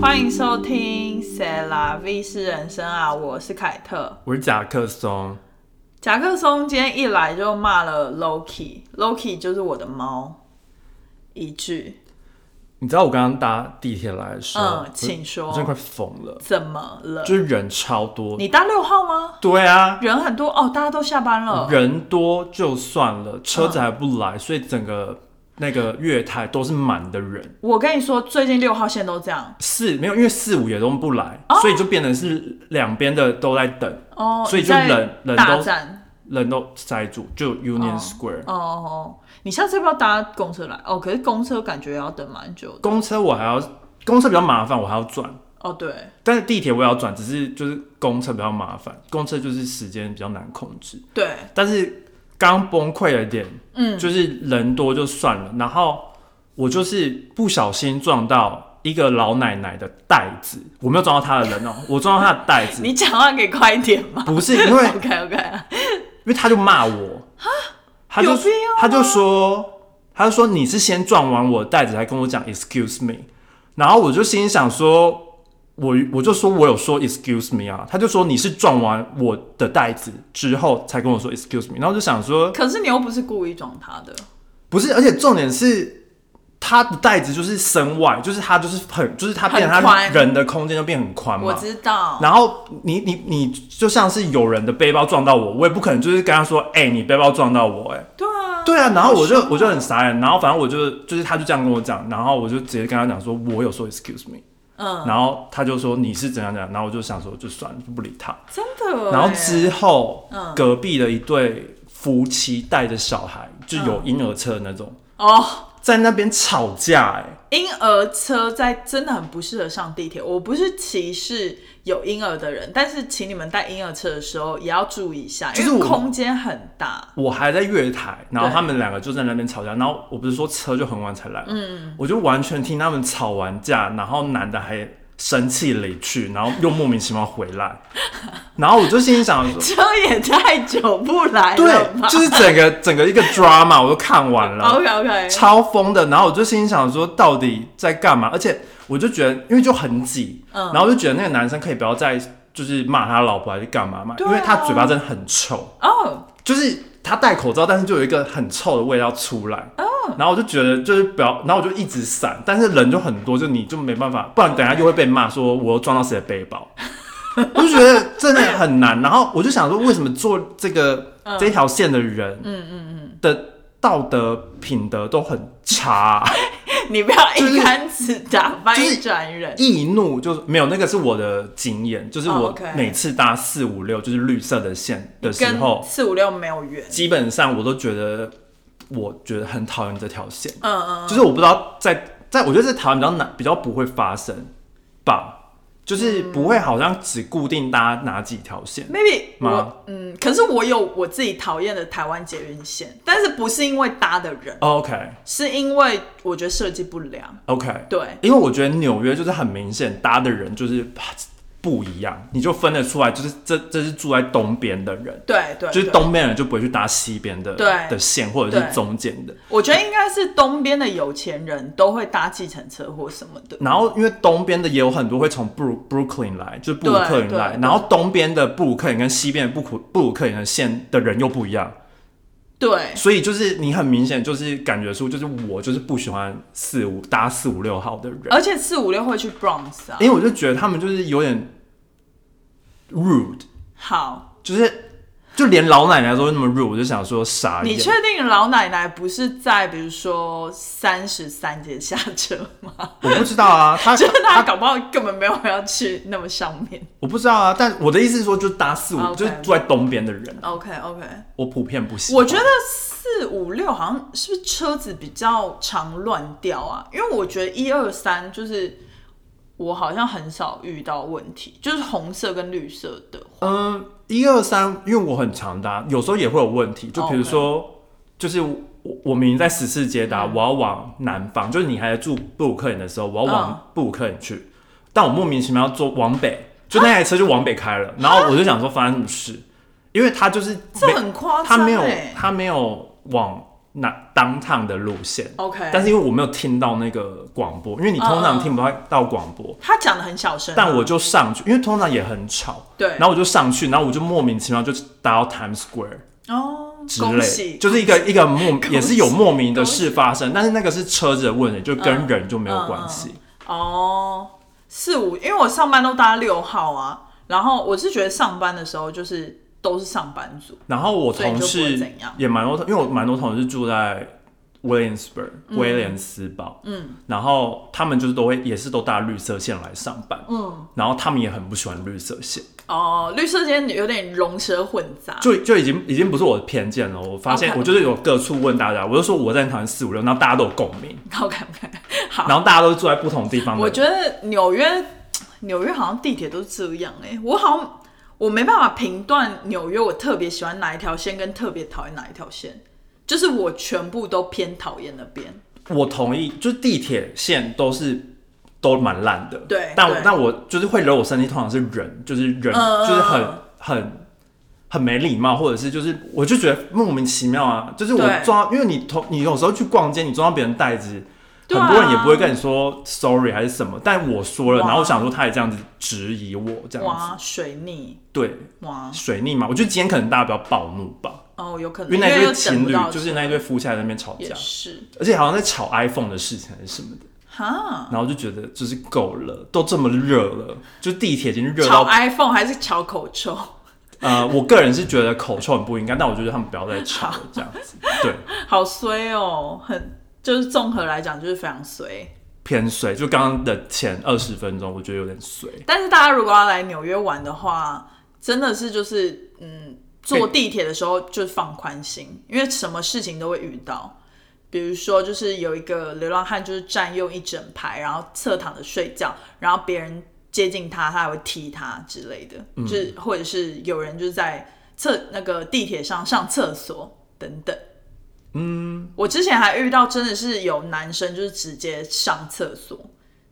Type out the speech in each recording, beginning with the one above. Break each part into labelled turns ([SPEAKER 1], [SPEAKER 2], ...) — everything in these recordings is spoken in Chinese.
[SPEAKER 1] 欢迎收听《谁啦 V 是人生啊》，我是凯特。
[SPEAKER 2] 我是夹克松，
[SPEAKER 1] 夹克松今天一来就骂了 Loki，Loki 就是我的猫，一句
[SPEAKER 2] 你知道我刚刚搭地铁来的时候，
[SPEAKER 1] 嗯请说
[SPEAKER 2] 我真的快疯了，
[SPEAKER 1] 怎么了？
[SPEAKER 2] 就是人超多。
[SPEAKER 1] 你搭六号吗？
[SPEAKER 2] 对啊，
[SPEAKER 1] 人很多哦，大家都下班了。
[SPEAKER 2] 人多就算了，车子还不来，所以整个那个月台都是满的人。
[SPEAKER 1] 我跟你说，最近六号线都这样
[SPEAKER 2] 四没有，因为四五也都不来，所以就变成是两边的都在等，
[SPEAKER 1] 哦，
[SPEAKER 2] 所以就
[SPEAKER 1] 在
[SPEAKER 2] 人人
[SPEAKER 1] 大
[SPEAKER 2] 都
[SPEAKER 1] 战
[SPEAKER 2] 人都塞住，就 Union
[SPEAKER 1] 哦
[SPEAKER 2] Square。
[SPEAKER 1] 哦哦哦。你下次要不要搭公车来？哦，可是公车感觉要等蛮久的。
[SPEAKER 2] 公车我还要，公车比较麻烦，我还要转。
[SPEAKER 1] 哦，对
[SPEAKER 2] 但是地铁我也要转，只是就是公车比较麻烦，公车就是时间比较难控制。
[SPEAKER 1] 对，
[SPEAKER 2] 但是刚崩溃了一点，
[SPEAKER 1] 嗯，
[SPEAKER 2] 就是人多就算了，然后我就是不小心撞到一个老奶奶的袋子，我没有撞到她 的人哦、我撞到她的袋子，
[SPEAKER 1] 你讲话可以快一点吗
[SPEAKER 2] 不是因为 因
[SPEAKER 1] ？OK OK，
[SPEAKER 2] 为她就骂我，她就
[SPEAKER 1] 有必要吗
[SPEAKER 2] 她就
[SPEAKER 1] 哦
[SPEAKER 2] 说她就说你是先撞完我的袋子才跟我讲 excuse me，然后我就心里想说。我我就说，我有说 excuse me 啊，她就说你是撞完我的袋子之后才跟我说 excuse me，然后我就想说，
[SPEAKER 1] 可是你又不是故意撞他的。
[SPEAKER 2] 不是，而且重点是它的袋子就是身外，就是它就是很，就是它变成
[SPEAKER 1] 很
[SPEAKER 2] 它
[SPEAKER 1] 宽
[SPEAKER 2] 人的空间就变很宽
[SPEAKER 1] 我
[SPEAKER 2] 嘛。
[SPEAKER 1] 知道，
[SPEAKER 2] 然后你你你就像是有人的背包撞到我，我也不可能就是跟他说，哎、你背包撞到我、哎，
[SPEAKER 1] 对啊，
[SPEAKER 2] 对啊，然后我就
[SPEAKER 1] 好凶哦
[SPEAKER 2] 我就很傻眼，然后反正我就就是他就这样跟我讲，然后我就直接跟他讲说，我有说 excuse me，
[SPEAKER 1] 嗯，
[SPEAKER 2] 然后他就说你是怎样怎样，然后我就想说就算了，就不理他。
[SPEAKER 1] 真的欸。
[SPEAKER 2] 然后之后
[SPEAKER 1] 嗯，
[SPEAKER 2] 隔壁的一对夫妻带着小孩，就
[SPEAKER 1] 嗯
[SPEAKER 2] 有婴儿车的那种，
[SPEAKER 1] 哦，
[SPEAKER 2] 在那边吵架、哎，
[SPEAKER 1] 婴儿车在真的很不适合上地铁。我不是歧视有婴儿的人，但是请你们带婴儿车的时候也要注意一下，
[SPEAKER 2] 就是
[SPEAKER 1] 因为
[SPEAKER 2] 我
[SPEAKER 1] 空间很大。
[SPEAKER 2] 我还在月台，然后
[SPEAKER 1] 对
[SPEAKER 2] 他们两个就在那边吵架，然后我不是说车就很晚才来，嗯，我就完全听他们吵完架，然后男的还生气离去，然后又莫名其妙回 来，然后我就心里想说，
[SPEAKER 1] 车也太久不来了吧
[SPEAKER 2] 对，就是整个整个一个 drama 我都看完了，
[SPEAKER 1] ？OK OK，
[SPEAKER 2] 超疯的，然后我就心里想说，到底在干嘛？而且我就觉得，因为就很挤，
[SPEAKER 1] 嗯
[SPEAKER 2] 然后我就觉得那个男生可以不要再就是骂他老婆还是干嘛嘛，
[SPEAKER 1] 对
[SPEAKER 2] 因
[SPEAKER 1] 啊
[SPEAKER 2] 为他嘴巴真的很臭，
[SPEAKER 1] 哦，
[SPEAKER 2] 就是他戴口罩，但是就有一个很臭的味道出来。然后我就觉得就是不要，然后我就一直闪，但是人就很多，就你就没办法，不然等一下又会被骂说我又撞到谁的背包。 我就觉得真的很难，然后我就想说，为什么做这个、这条线的人，嗯嗯嗯的道德品德都很差 啊、
[SPEAKER 1] 你不要
[SPEAKER 2] 就是
[SPEAKER 1] 一竿子打翻
[SPEAKER 2] 就是
[SPEAKER 1] 一船人。
[SPEAKER 2] 易怒就是没有那个是我的经验，就是
[SPEAKER 1] 哦
[SPEAKER 2] 我
[SPEAKER 1] ，OK
[SPEAKER 2] 每次搭四五六就是绿色的线的时
[SPEAKER 1] 跟
[SPEAKER 2] 候，
[SPEAKER 1] 四五六没有缘，
[SPEAKER 2] 基本上我都觉得我觉得很讨厌这条线，
[SPEAKER 1] 嗯嗯，
[SPEAKER 2] 就是我不知道在在我觉得在台湾比较难，比较不会发生吧，就是不会好像只固定搭哪几条线。
[SPEAKER 1] maybe
[SPEAKER 2] 吗
[SPEAKER 1] 我嗯，可是我有我自己讨厌的台湾捷运线，但是不是因为搭的人，
[SPEAKER 2] 哦 OK
[SPEAKER 1] 是因为我觉得设计不良。
[SPEAKER 2] OK，
[SPEAKER 1] 对，
[SPEAKER 2] 因为我觉得纽约就是很明显搭的人就是不一样，你就分得出来，就是这这是住在东边的人。
[SPEAKER 1] 对对，
[SPEAKER 2] 就是
[SPEAKER 1] 对，
[SPEAKER 2] 东边人就不会去搭西边的
[SPEAKER 1] 对
[SPEAKER 2] 的线，或者
[SPEAKER 1] 对
[SPEAKER 2] 是中间的。
[SPEAKER 1] 我觉得应该是东边的有钱人都会搭计程车或什么的。
[SPEAKER 2] 然后因为东边的也有很多会从布鲁布鲁克林来，就是布鲁克林
[SPEAKER 1] 对
[SPEAKER 2] 来
[SPEAKER 1] 对，
[SPEAKER 2] 然后东边的布鲁克林跟西边的布鲁布鲁克林的线的人又不一样，
[SPEAKER 1] 对，
[SPEAKER 2] 所以就是你很明显就是感觉出，就是我就是不喜欢四五搭四五六号的人，
[SPEAKER 1] 而且四五六会去 Bronx 啊。
[SPEAKER 2] 因为我就觉得他们就是有点 rude，
[SPEAKER 1] 好，
[SPEAKER 2] 就是就连老奶奶都会那么 rude，我就想说傻眼。
[SPEAKER 1] 你确定老奶奶不是在比如说三十三节下车吗？
[SPEAKER 2] 我不知道啊， 他
[SPEAKER 1] 就是她搞不好根本没有要去那么上面。
[SPEAKER 2] 我不知道啊，但我的意思是说，就搭四五
[SPEAKER 1] OK
[SPEAKER 2] 就是住在东边的人，
[SPEAKER 1] OK OK，
[SPEAKER 2] 我普遍不喜欢。
[SPEAKER 1] 我觉得四五六好像是不是车子比较常乱掉啊？因为我觉得一二三就是我好像很少遇到问题，就是红色跟绿色的。
[SPEAKER 2] 嗯，一二三，因为我很常搭，有时候也会有问题，
[SPEAKER 1] 哦
[SPEAKER 2] 就比如说就是我我明明在十四街
[SPEAKER 1] 嗯
[SPEAKER 2] 搭，我要往南方，就是你还住布鲁克林的时候，我
[SPEAKER 1] 嗯
[SPEAKER 2] 要往布鲁克林去，但我莫名其妙要坐往北，就那台车就往北 开了，然后我就想说发生什么事，因为他就是
[SPEAKER 1] 这
[SPEAKER 2] 没
[SPEAKER 1] 很夸张、欸，
[SPEAKER 2] 他没有他没有往那当趟的路线。
[SPEAKER 1] OK，嗯
[SPEAKER 2] 但是因为我没有听到那个广播，因为你通常听不到到广播，
[SPEAKER 1] 他讲的很小声啊、
[SPEAKER 2] 但我就上去，因为通常也很吵，
[SPEAKER 1] 对
[SPEAKER 2] 然后我就上去，然后我就莫名其妙就搭到 Times Square
[SPEAKER 1] 哦，
[SPEAKER 2] 之
[SPEAKER 1] 恭
[SPEAKER 2] 类，
[SPEAKER 1] 喜，
[SPEAKER 2] 就是一个一个莫
[SPEAKER 1] 喜
[SPEAKER 2] 也是有莫名的事发生，但是那个是车子的问题，就跟人就没有关系。
[SPEAKER 1] 嗯哦，四五，因为我上班都搭六号啊，然后我是觉得上班的时候就是都是上班族，
[SPEAKER 2] 然后我同
[SPEAKER 1] 所以你就不会
[SPEAKER 2] 事
[SPEAKER 1] 怎样
[SPEAKER 2] 也蛮多，因为我蛮多同事住在 Williamsburg、威廉斯堡，嗯，然后他们就是都会也是都搭绿色线来上班，嗯，然后他们也很不喜欢绿色线，
[SPEAKER 1] 哦，绿色间有点龙蛇混杂，
[SPEAKER 2] 就就已经已经不是我的偏见了。我发现
[SPEAKER 1] OK
[SPEAKER 2] 我就是有各处问大家，我就说我在讨厌四五六，然后大家都有共鸣，
[SPEAKER 1] 好看不看？好，
[SPEAKER 2] 然后大家都住在不同地方的，
[SPEAKER 1] 我觉得纽约，纽约好像地铁都是这样哎、我好像我没办法评断纽约，我特别喜欢哪一条线，跟特别讨厌哪一条线，就是我全部都偏讨厌那边。
[SPEAKER 2] 我同意，就是地铁线都是都蛮烂的，
[SPEAKER 1] 对
[SPEAKER 2] 但
[SPEAKER 1] 对
[SPEAKER 2] 但我就是会惹我生气，通常是人，就是人，
[SPEAKER 1] 嗯
[SPEAKER 2] 就是很很很没礼貌，或者是就是我就觉得莫名其妙啊，就是我
[SPEAKER 1] 对
[SPEAKER 2] 撞到，因为你同你有时候去逛街，你撞到别人袋子。
[SPEAKER 1] 对
[SPEAKER 2] 很
[SPEAKER 1] 啊
[SPEAKER 2] 多人也不会跟你说 sorry 还是什么，但我说了，
[SPEAKER 1] 哇
[SPEAKER 2] 然后我想说他也这样子质疑我这样子，
[SPEAKER 1] 哇，水逆，
[SPEAKER 2] 对
[SPEAKER 1] 哇，
[SPEAKER 2] 水逆嘛，我觉得今天可能大家比较暴怒吧，
[SPEAKER 1] 哦，有可能
[SPEAKER 2] 因为那一
[SPEAKER 1] 又
[SPEAKER 2] 对
[SPEAKER 1] 等
[SPEAKER 2] 情
[SPEAKER 1] 不
[SPEAKER 2] 侣
[SPEAKER 1] 到
[SPEAKER 2] 就是
[SPEAKER 1] 车
[SPEAKER 2] 那一对夫妻还在那边吵
[SPEAKER 1] 也
[SPEAKER 2] 架，
[SPEAKER 1] 是
[SPEAKER 2] 而且好像在吵 iPhone 的事情还是什么的。
[SPEAKER 1] 哈，
[SPEAKER 2] 然后就觉得就是够了，都这么热了，就地铁已经热
[SPEAKER 1] 炒
[SPEAKER 2] 到
[SPEAKER 1] iPhone 还是炒口臭？
[SPEAKER 2] 呃，我个人是觉得口臭很不应该，但我觉得他们不要再吵了这样子，对，
[SPEAKER 1] 好衰哦，很就是综合来讲就是非常衰。
[SPEAKER 2] 偏衰，就刚刚的前二十分钟我觉得有点衰，
[SPEAKER 1] 但是大家如果要来纽约玩的话，真的是就是嗯，坐地铁的时候就放宽心，因为什么事情都会遇到。比如说，就是有一个流浪汉，就是占用一整排，然后侧躺着睡觉，然后别人接近他，他还会踢他之类的，
[SPEAKER 2] 嗯
[SPEAKER 1] 就是或者是有人就是在厕那个地铁上上厕所等等。嗯，我之前还遇到真的是有男生就是直接上厕所，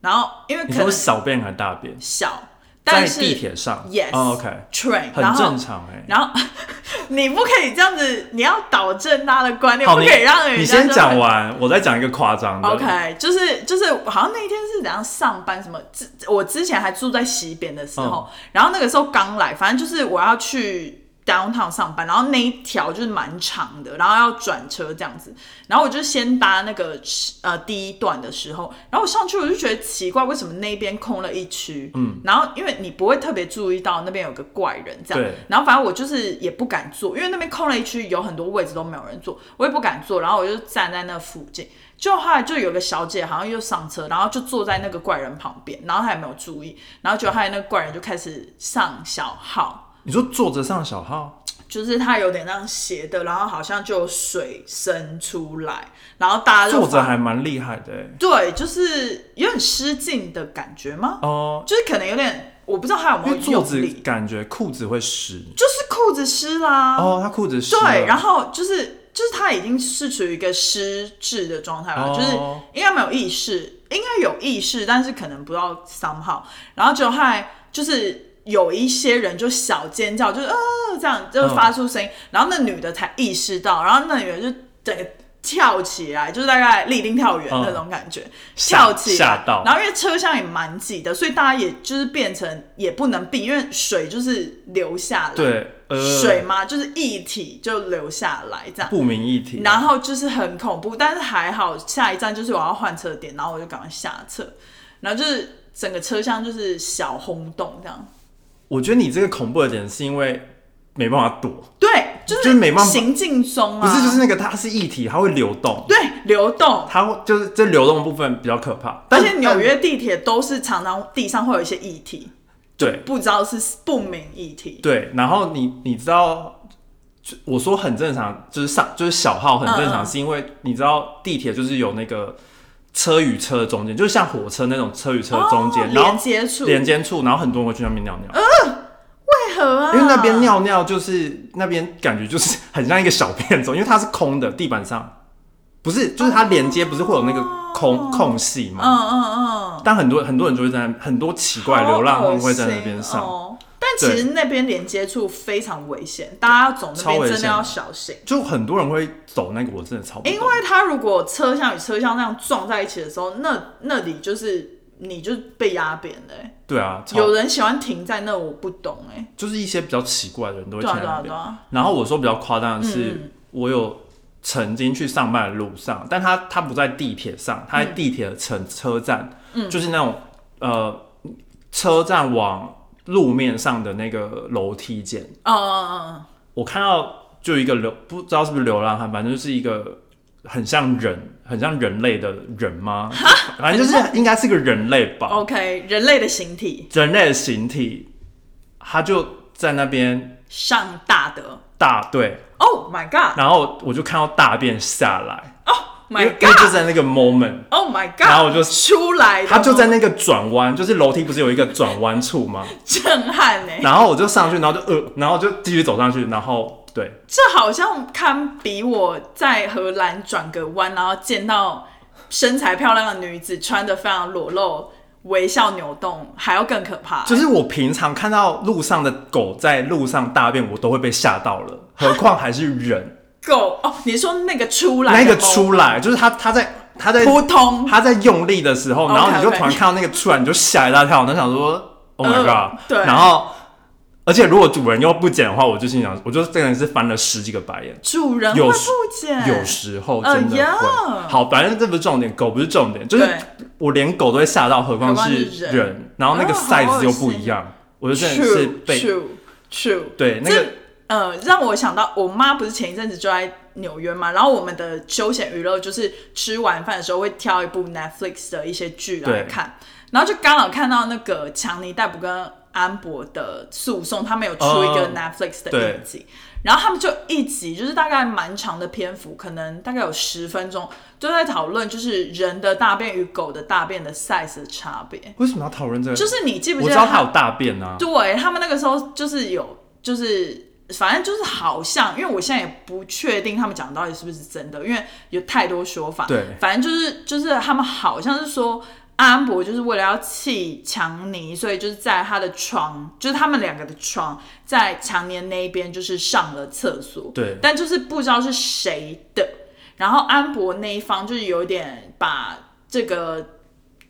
[SPEAKER 1] 然后因为
[SPEAKER 2] 你
[SPEAKER 1] 可
[SPEAKER 2] 说
[SPEAKER 1] 能
[SPEAKER 2] 小便还是大便？
[SPEAKER 1] 小，
[SPEAKER 2] 在
[SPEAKER 1] 但是
[SPEAKER 2] 地铁上
[SPEAKER 1] yes、
[SPEAKER 2] 哦，OK，
[SPEAKER 1] train，然
[SPEAKER 2] 很
[SPEAKER 1] 后
[SPEAKER 2] 正常哎、
[SPEAKER 1] 然后 你不可以这样子，你要导正大家的观念，
[SPEAKER 2] 好，
[SPEAKER 1] 不
[SPEAKER 2] 你
[SPEAKER 1] 可以让人家
[SPEAKER 2] 你先
[SPEAKER 1] 就
[SPEAKER 2] 讲。完，我再讲一个夸张的
[SPEAKER 1] OK，就是就是，好像那一天是怎样上班什么？之我之前还住在西边的时候，然后那个时候刚来，反正就是我要去 downtown 上班，然后那一条就是蛮长的，然后要转车这样子，然后我就先搭那个呃第一段的时候，然后我上去我就觉得奇怪，为什么那边空了一区？嗯，然后因为你不会特别注意到那边有个怪人这样，
[SPEAKER 2] 对
[SPEAKER 1] 然后反正我就是也不敢坐，因为那边空了一区，有很多位置都没有人坐，我也不敢坐，然后我就站在那附近。就后来就有个小姐好像又上车，然后就坐在那个怪人旁边，然后她也没有注意，然后就后来那个怪人就开始上小号，
[SPEAKER 2] 你说坐着上小号，
[SPEAKER 1] 就是他有点那样斜的，然后好像就有水伸出来，然后大家就
[SPEAKER 2] 坐着还蛮厉害的哎、
[SPEAKER 1] 对，就是有点失禁的感觉吗？
[SPEAKER 2] 哦、
[SPEAKER 1] 就是可能有点，我不知道他有没
[SPEAKER 2] 因
[SPEAKER 1] 有
[SPEAKER 2] 为坐
[SPEAKER 1] 用
[SPEAKER 2] 着
[SPEAKER 1] 力，
[SPEAKER 2] 感觉裤子会湿
[SPEAKER 1] 就是裤子湿啦，
[SPEAKER 2] 哦，他裤子湿
[SPEAKER 1] 对，
[SPEAKER 2] 了
[SPEAKER 1] 然后就是就是他已经是处于一个失智的状态了，
[SPEAKER 2] 哦
[SPEAKER 1] 就是应该没有意识，应该有意识，但是可能不知道 somehow。然后就还就是有一些人就小尖叫，就是呃这样就
[SPEAKER 2] 嗯
[SPEAKER 1] 发出声音，然后那女的才意识到，然后那女的就整个。跳起来，就是大概立定跳远
[SPEAKER 2] 嗯
[SPEAKER 1] 那种感觉，
[SPEAKER 2] 吓
[SPEAKER 1] 跳起来，
[SPEAKER 2] 吓到
[SPEAKER 1] 然后因为车厢也蛮挤的，所以大家也就是变成也不能避，因为水就是流下来，
[SPEAKER 2] 对，呃，
[SPEAKER 1] 水嘛，就是液体就流下来这样，
[SPEAKER 2] 不明啊一体，
[SPEAKER 1] 然后就是很恐怖，但是还好下一站就是我要换车点，然后我就赶快下车，然后就是整个车厢就是小轰动这样，
[SPEAKER 2] 我觉得你这个恐怖的点是因为没办法躲，
[SPEAKER 1] 对，就是
[SPEAKER 2] 就是没办法
[SPEAKER 1] 行进中
[SPEAKER 2] 不
[SPEAKER 1] 啊，
[SPEAKER 2] 是就是那个它是液体，它会流动，
[SPEAKER 1] 对流动，
[SPEAKER 2] 它会就是这流动的部分比较可怕。
[SPEAKER 1] 而
[SPEAKER 2] 但
[SPEAKER 1] 且纽约地铁都是常常地上会有一些液体，
[SPEAKER 2] 对
[SPEAKER 1] 不知道是不明液体，
[SPEAKER 2] 对，然后你你知道，就我说很正常，就是上就是小号很正
[SPEAKER 1] 嗯
[SPEAKER 2] 常，
[SPEAKER 1] 嗯
[SPEAKER 2] 是因为你知道地铁就是有那个车与车的中间，就是像火车那种车与车的中间，
[SPEAKER 1] 哦
[SPEAKER 2] 然
[SPEAKER 1] 连
[SPEAKER 2] 后
[SPEAKER 1] 接处
[SPEAKER 2] 连接处，然后很多人会去那边尿尿，
[SPEAKER 1] 为何啊？
[SPEAKER 2] 因为那边尿尿就是那边感觉就是很像一个小便斗，因为它是空的，地板上不是，就是它连接不是会有那个空空隙吗？
[SPEAKER 1] 哦嗯嗯嗯，
[SPEAKER 2] 但很多很多人就会在那很多奇怪的流浪汉会在那边上，
[SPEAKER 1] 好恶心哦但其实那边连接处非常危险，大家走那
[SPEAKER 2] 超危
[SPEAKER 1] 边
[SPEAKER 2] 险
[SPEAKER 1] 真的要小心。
[SPEAKER 2] 就很多人会走那个，我真的超不懂。
[SPEAKER 1] 因为它如果车厢与车厢那样撞在一起的时候，那那里就是你就被压扁了欸、
[SPEAKER 2] 对啊，超
[SPEAKER 1] 有人喜欢停在那，我不懂哎、
[SPEAKER 2] 就是一些比较奇怪的人都会
[SPEAKER 1] 对
[SPEAKER 2] 停
[SPEAKER 1] 啊
[SPEAKER 2] 在
[SPEAKER 1] 对
[SPEAKER 2] 那
[SPEAKER 1] 啊
[SPEAKER 2] 边
[SPEAKER 1] 对。啊，
[SPEAKER 2] 然后我说比较夸张的是，我有曾经去上班的路上，但他他不在地铁上，他在地铁的乘车站，就是那种呃车站往路面上的那个楼梯间，
[SPEAKER 1] 嗯嗯嗯
[SPEAKER 2] 我看到就有一个流不知道是不是流浪汉，反正就是一个很像人很像人类的人吗？反正就是应该是个人类吧
[SPEAKER 1] 嗯。，OK，人类的形体
[SPEAKER 2] 人类的形体，他就在那边
[SPEAKER 1] 上大的
[SPEAKER 2] 大队，
[SPEAKER 1] ，Oh my
[SPEAKER 2] 然后我就看到大便下来 因为
[SPEAKER 1] God，My
[SPEAKER 2] 因为就
[SPEAKER 1] God，Oh
[SPEAKER 2] 在那个 moment，
[SPEAKER 1] my God，
[SPEAKER 2] 然后我就
[SPEAKER 1] 出来的，
[SPEAKER 2] 他就在那个转弯，就是楼梯不是有一个转弯处吗？
[SPEAKER 1] 震撼呢、欸
[SPEAKER 2] 然后我就上去，然后就呃，然后就继续走上去，然后对，
[SPEAKER 1] 这好像堪比我在荷兰转个弯，然后见到身材漂亮的女子穿的非常裸露，微笑扭动，还要更可怕。
[SPEAKER 2] 就是我平常看到路上的狗在路上大便，我都会被吓到了， 何况还是人
[SPEAKER 1] 狗哦，你说那个出来
[SPEAKER 2] 那
[SPEAKER 1] 的
[SPEAKER 2] 个
[SPEAKER 1] 猫，
[SPEAKER 2] 出来，就是他他在他在
[SPEAKER 1] 扑通，
[SPEAKER 2] 他在用力的时候，然后你就
[SPEAKER 1] OK，OK
[SPEAKER 2] 突然看到那个出来，你就吓一大跳，你就想说 “Oh my
[SPEAKER 1] 呃
[SPEAKER 2] god”，、
[SPEAKER 1] 对
[SPEAKER 2] 然后而且如果主人又不捡的话，我就心想，我就真的是翻了十几个白眼。
[SPEAKER 1] 主人
[SPEAKER 2] 有
[SPEAKER 1] 会
[SPEAKER 2] 时
[SPEAKER 1] 不见，
[SPEAKER 2] 有时候真的会
[SPEAKER 1] 哎呀
[SPEAKER 2] 好，反正这不是重点，狗不是重点，就是
[SPEAKER 1] 对
[SPEAKER 2] 我连狗都会吓到，何况
[SPEAKER 1] 何况
[SPEAKER 2] 是
[SPEAKER 1] 是人
[SPEAKER 2] 然后那个
[SPEAKER 1] 啊好
[SPEAKER 2] size
[SPEAKER 1] 恶
[SPEAKER 2] 又不一
[SPEAKER 1] 心
[SPEAKER 2] 样，我就真的是
[SPEAKER 1] true
[SPEAKER 2] 被
[SPEAKER 1] true true，
[SPEAKER 2] 对那
[SPEAKER 1] 这
[SPEAKER 2] 个
[SPEAKER 1] 呃，让我想到我妈不是前一阵子就在纽约嘛，然后我们的休闲娱乐就是吃晚饭的时候会挑一部 Netflix 的一些剧来
[SPEAKER 2] 对
[SPEAKER 1] 看，然后就刚好看到那个强尼戴普跟安博的诉讼，他们有出一个
[SPEAKER 2] 哦
[SPEAKER 1] Netflix 的
[SPEAKER 2] 对
[SPEAKER 1] 影集，然后他们就一集就是大概蛮长的篇幅，可能大概有十分钟，就在讨论就是人的大便与狗的大便的 size 的差别。
[SPEAKER 2] 为什么要讨论这个？
[SPEAKER 1] 就是你记不记
[SPEAKER 2] 我
[SPEAKER 1] 得
[SPEAKER 2] 知道它有大便啊，
[SPEAKER 1] 对他们那个时候就是有，就是反正就是好像，因为我现在也不确定他们讲到底是不是真的，因为有太多说法。
[SPEAKER 2] 对
[SPEAKER 1] 反正就是就是他们好像是说。安博就是为了要气强尼，所以就是在他的床，就是他们两个的床，在强尼那一边就是上了厕所。
[SPEAKER 2] 对
[SPEAKER 1] 但就是不知道是谁的。然后安博那一方就是有点把这个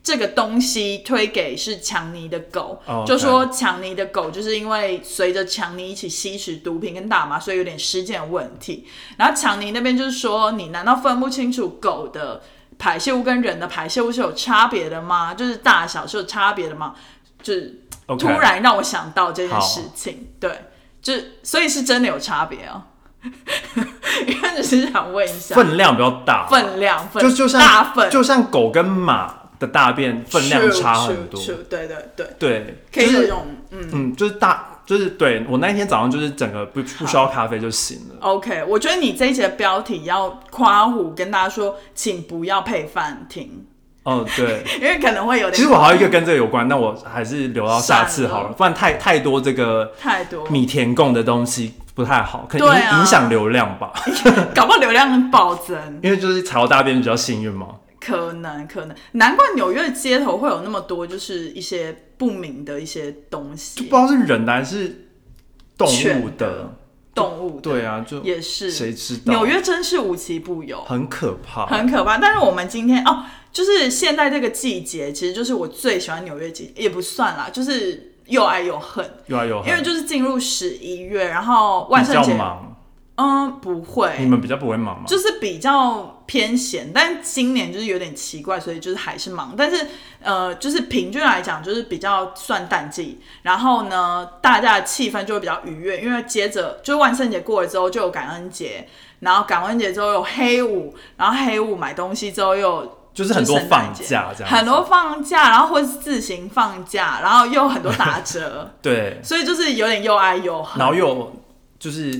[SPEAKER 1] 这个东西推给是强尼的狗
[SPEAKER 2] 哦
[SPEAKER 1] 就说强尼的狗就是因为随着强尼一起吸食毒品跟大麻，所以有点失禁的问题。然后强尼那边就是说，你难道分不清楚狗的排泄物跟人的排泄物是有差别的吗？就是大小是有差别的吗？就是。
[SPEAKER 2] OK
[SPEAKER 1] 突然让我想到这件
[SPEAKER 2] 好
[SPEAKER 1] 事情，对，就所以是真的有差别啊。 因为只是想问一下
[SPEAKER 2] 分量比较大，
[SPEAKER 1] 分量，分
[SPEAKER 2] 就就像
[SPEAKER 1] 大份，
[SPEAKER 2] 就像狗跟马的大便分量差很多
[SPEAKER 1] True，true，true，对对对，
[SPEAKER 2] 对，
[SPEAKER 1] 可以
[SPEAKER 2] 就
[SPEAKER 1] 有一
[SPEAKER 2] 是
[SPEAKER 1] 种嗯
[SPEAKER 2] 嗯，就是大，就是对我那一天早上就是整个不不需要咖啡就行了。
[SPEAKER 1] ，OK，我觉得你这一节的标题要夸虎跟大家说，请不要配饭听，
[SPEAKER 2] 哦，对，
[SPEAKER 1] 因为可能会有点
[SPEAKER 2] 其实我还有一个跟这个有关，但我还是留到下次好
[SPEAKER 1] 算
[SPEAKER 2] 了，
[SPEAKER 1] 了
[SPEAKER 2] 不然太太多这个
[SPEAKER 1] 太多，
[SPEAKER 2] 米田共的东西不太好，可能
[SPEAKER 1] 对
[SPEAKER 2] 影、
[SPEAKER 1] 啊
[SPEAKER 2] 影响流量吧。
[SPEAKER 1] 搞不好流量暴增，
[SPEAKER 2] 因为就是踩到大便比较幸运嘛。
[SPEAKER 1] 可能可能，难怪纽约的街头会有那么多就是一些不明的一些东
[SPEAKER 2] 就不
[SPEAKER 1] 西
[SPEAKER 2] 知，道是人的还是动物
[SPEAKER 1] 犬
[SPEAKER 2] 的
[SPEAKER 1] 的。动物的
[SPEAKER 2] 对啊，就
[SPEAKER 1] 也是，
[SPEAKER 2] 谁知道？
[SPEAKER 1] 纽约真是无奇不有。
[SPEAKER 2] 很可怕。
[SPEAKER 1] 很可怕。但是我们今天哦，就是现在这个季节，其实就是我最喜欢纽约季，也不算啦，就是又爱又恨，
[SPEAKER 2] 有啊有啊，
[SPEAKER 1] 因为就是进入十一月，然后万
[SPEAKER 2] 比
[SPEAKER 1] 圣
[SPEAKER 2] 较
[SPEAKER 1] 节，
[SPEAKER 2] 忙，
[SPEAKER 1] 嗯，不
[SPEAKER 2] 你
[SPEAKER 1] 会，
[SPEAKER 2] 们比较不会忙吗？
[SPEAKER 1] 就是比较偏闲，但今年就是有点奇怪，所以就是还是忙，但是呃，就是平均来讲，就是比较算淡季，然后呢，大家的气氛就会比较愉悦，因为接着就是万圣节过了之后就有感恩节。然后感恩节之后有黑五，然后黑五买东西之后又有
[SPEAKER 2] 就是很多放假这样子，，
[SPEAKER 1] 很多放假，然后或是自行放假，然后又有很多打折
[SPEAKER 2] 对，
[SPEAKER 1] 所以就是有点又爱又恨。
[SPEAKER 2] 然后又有就是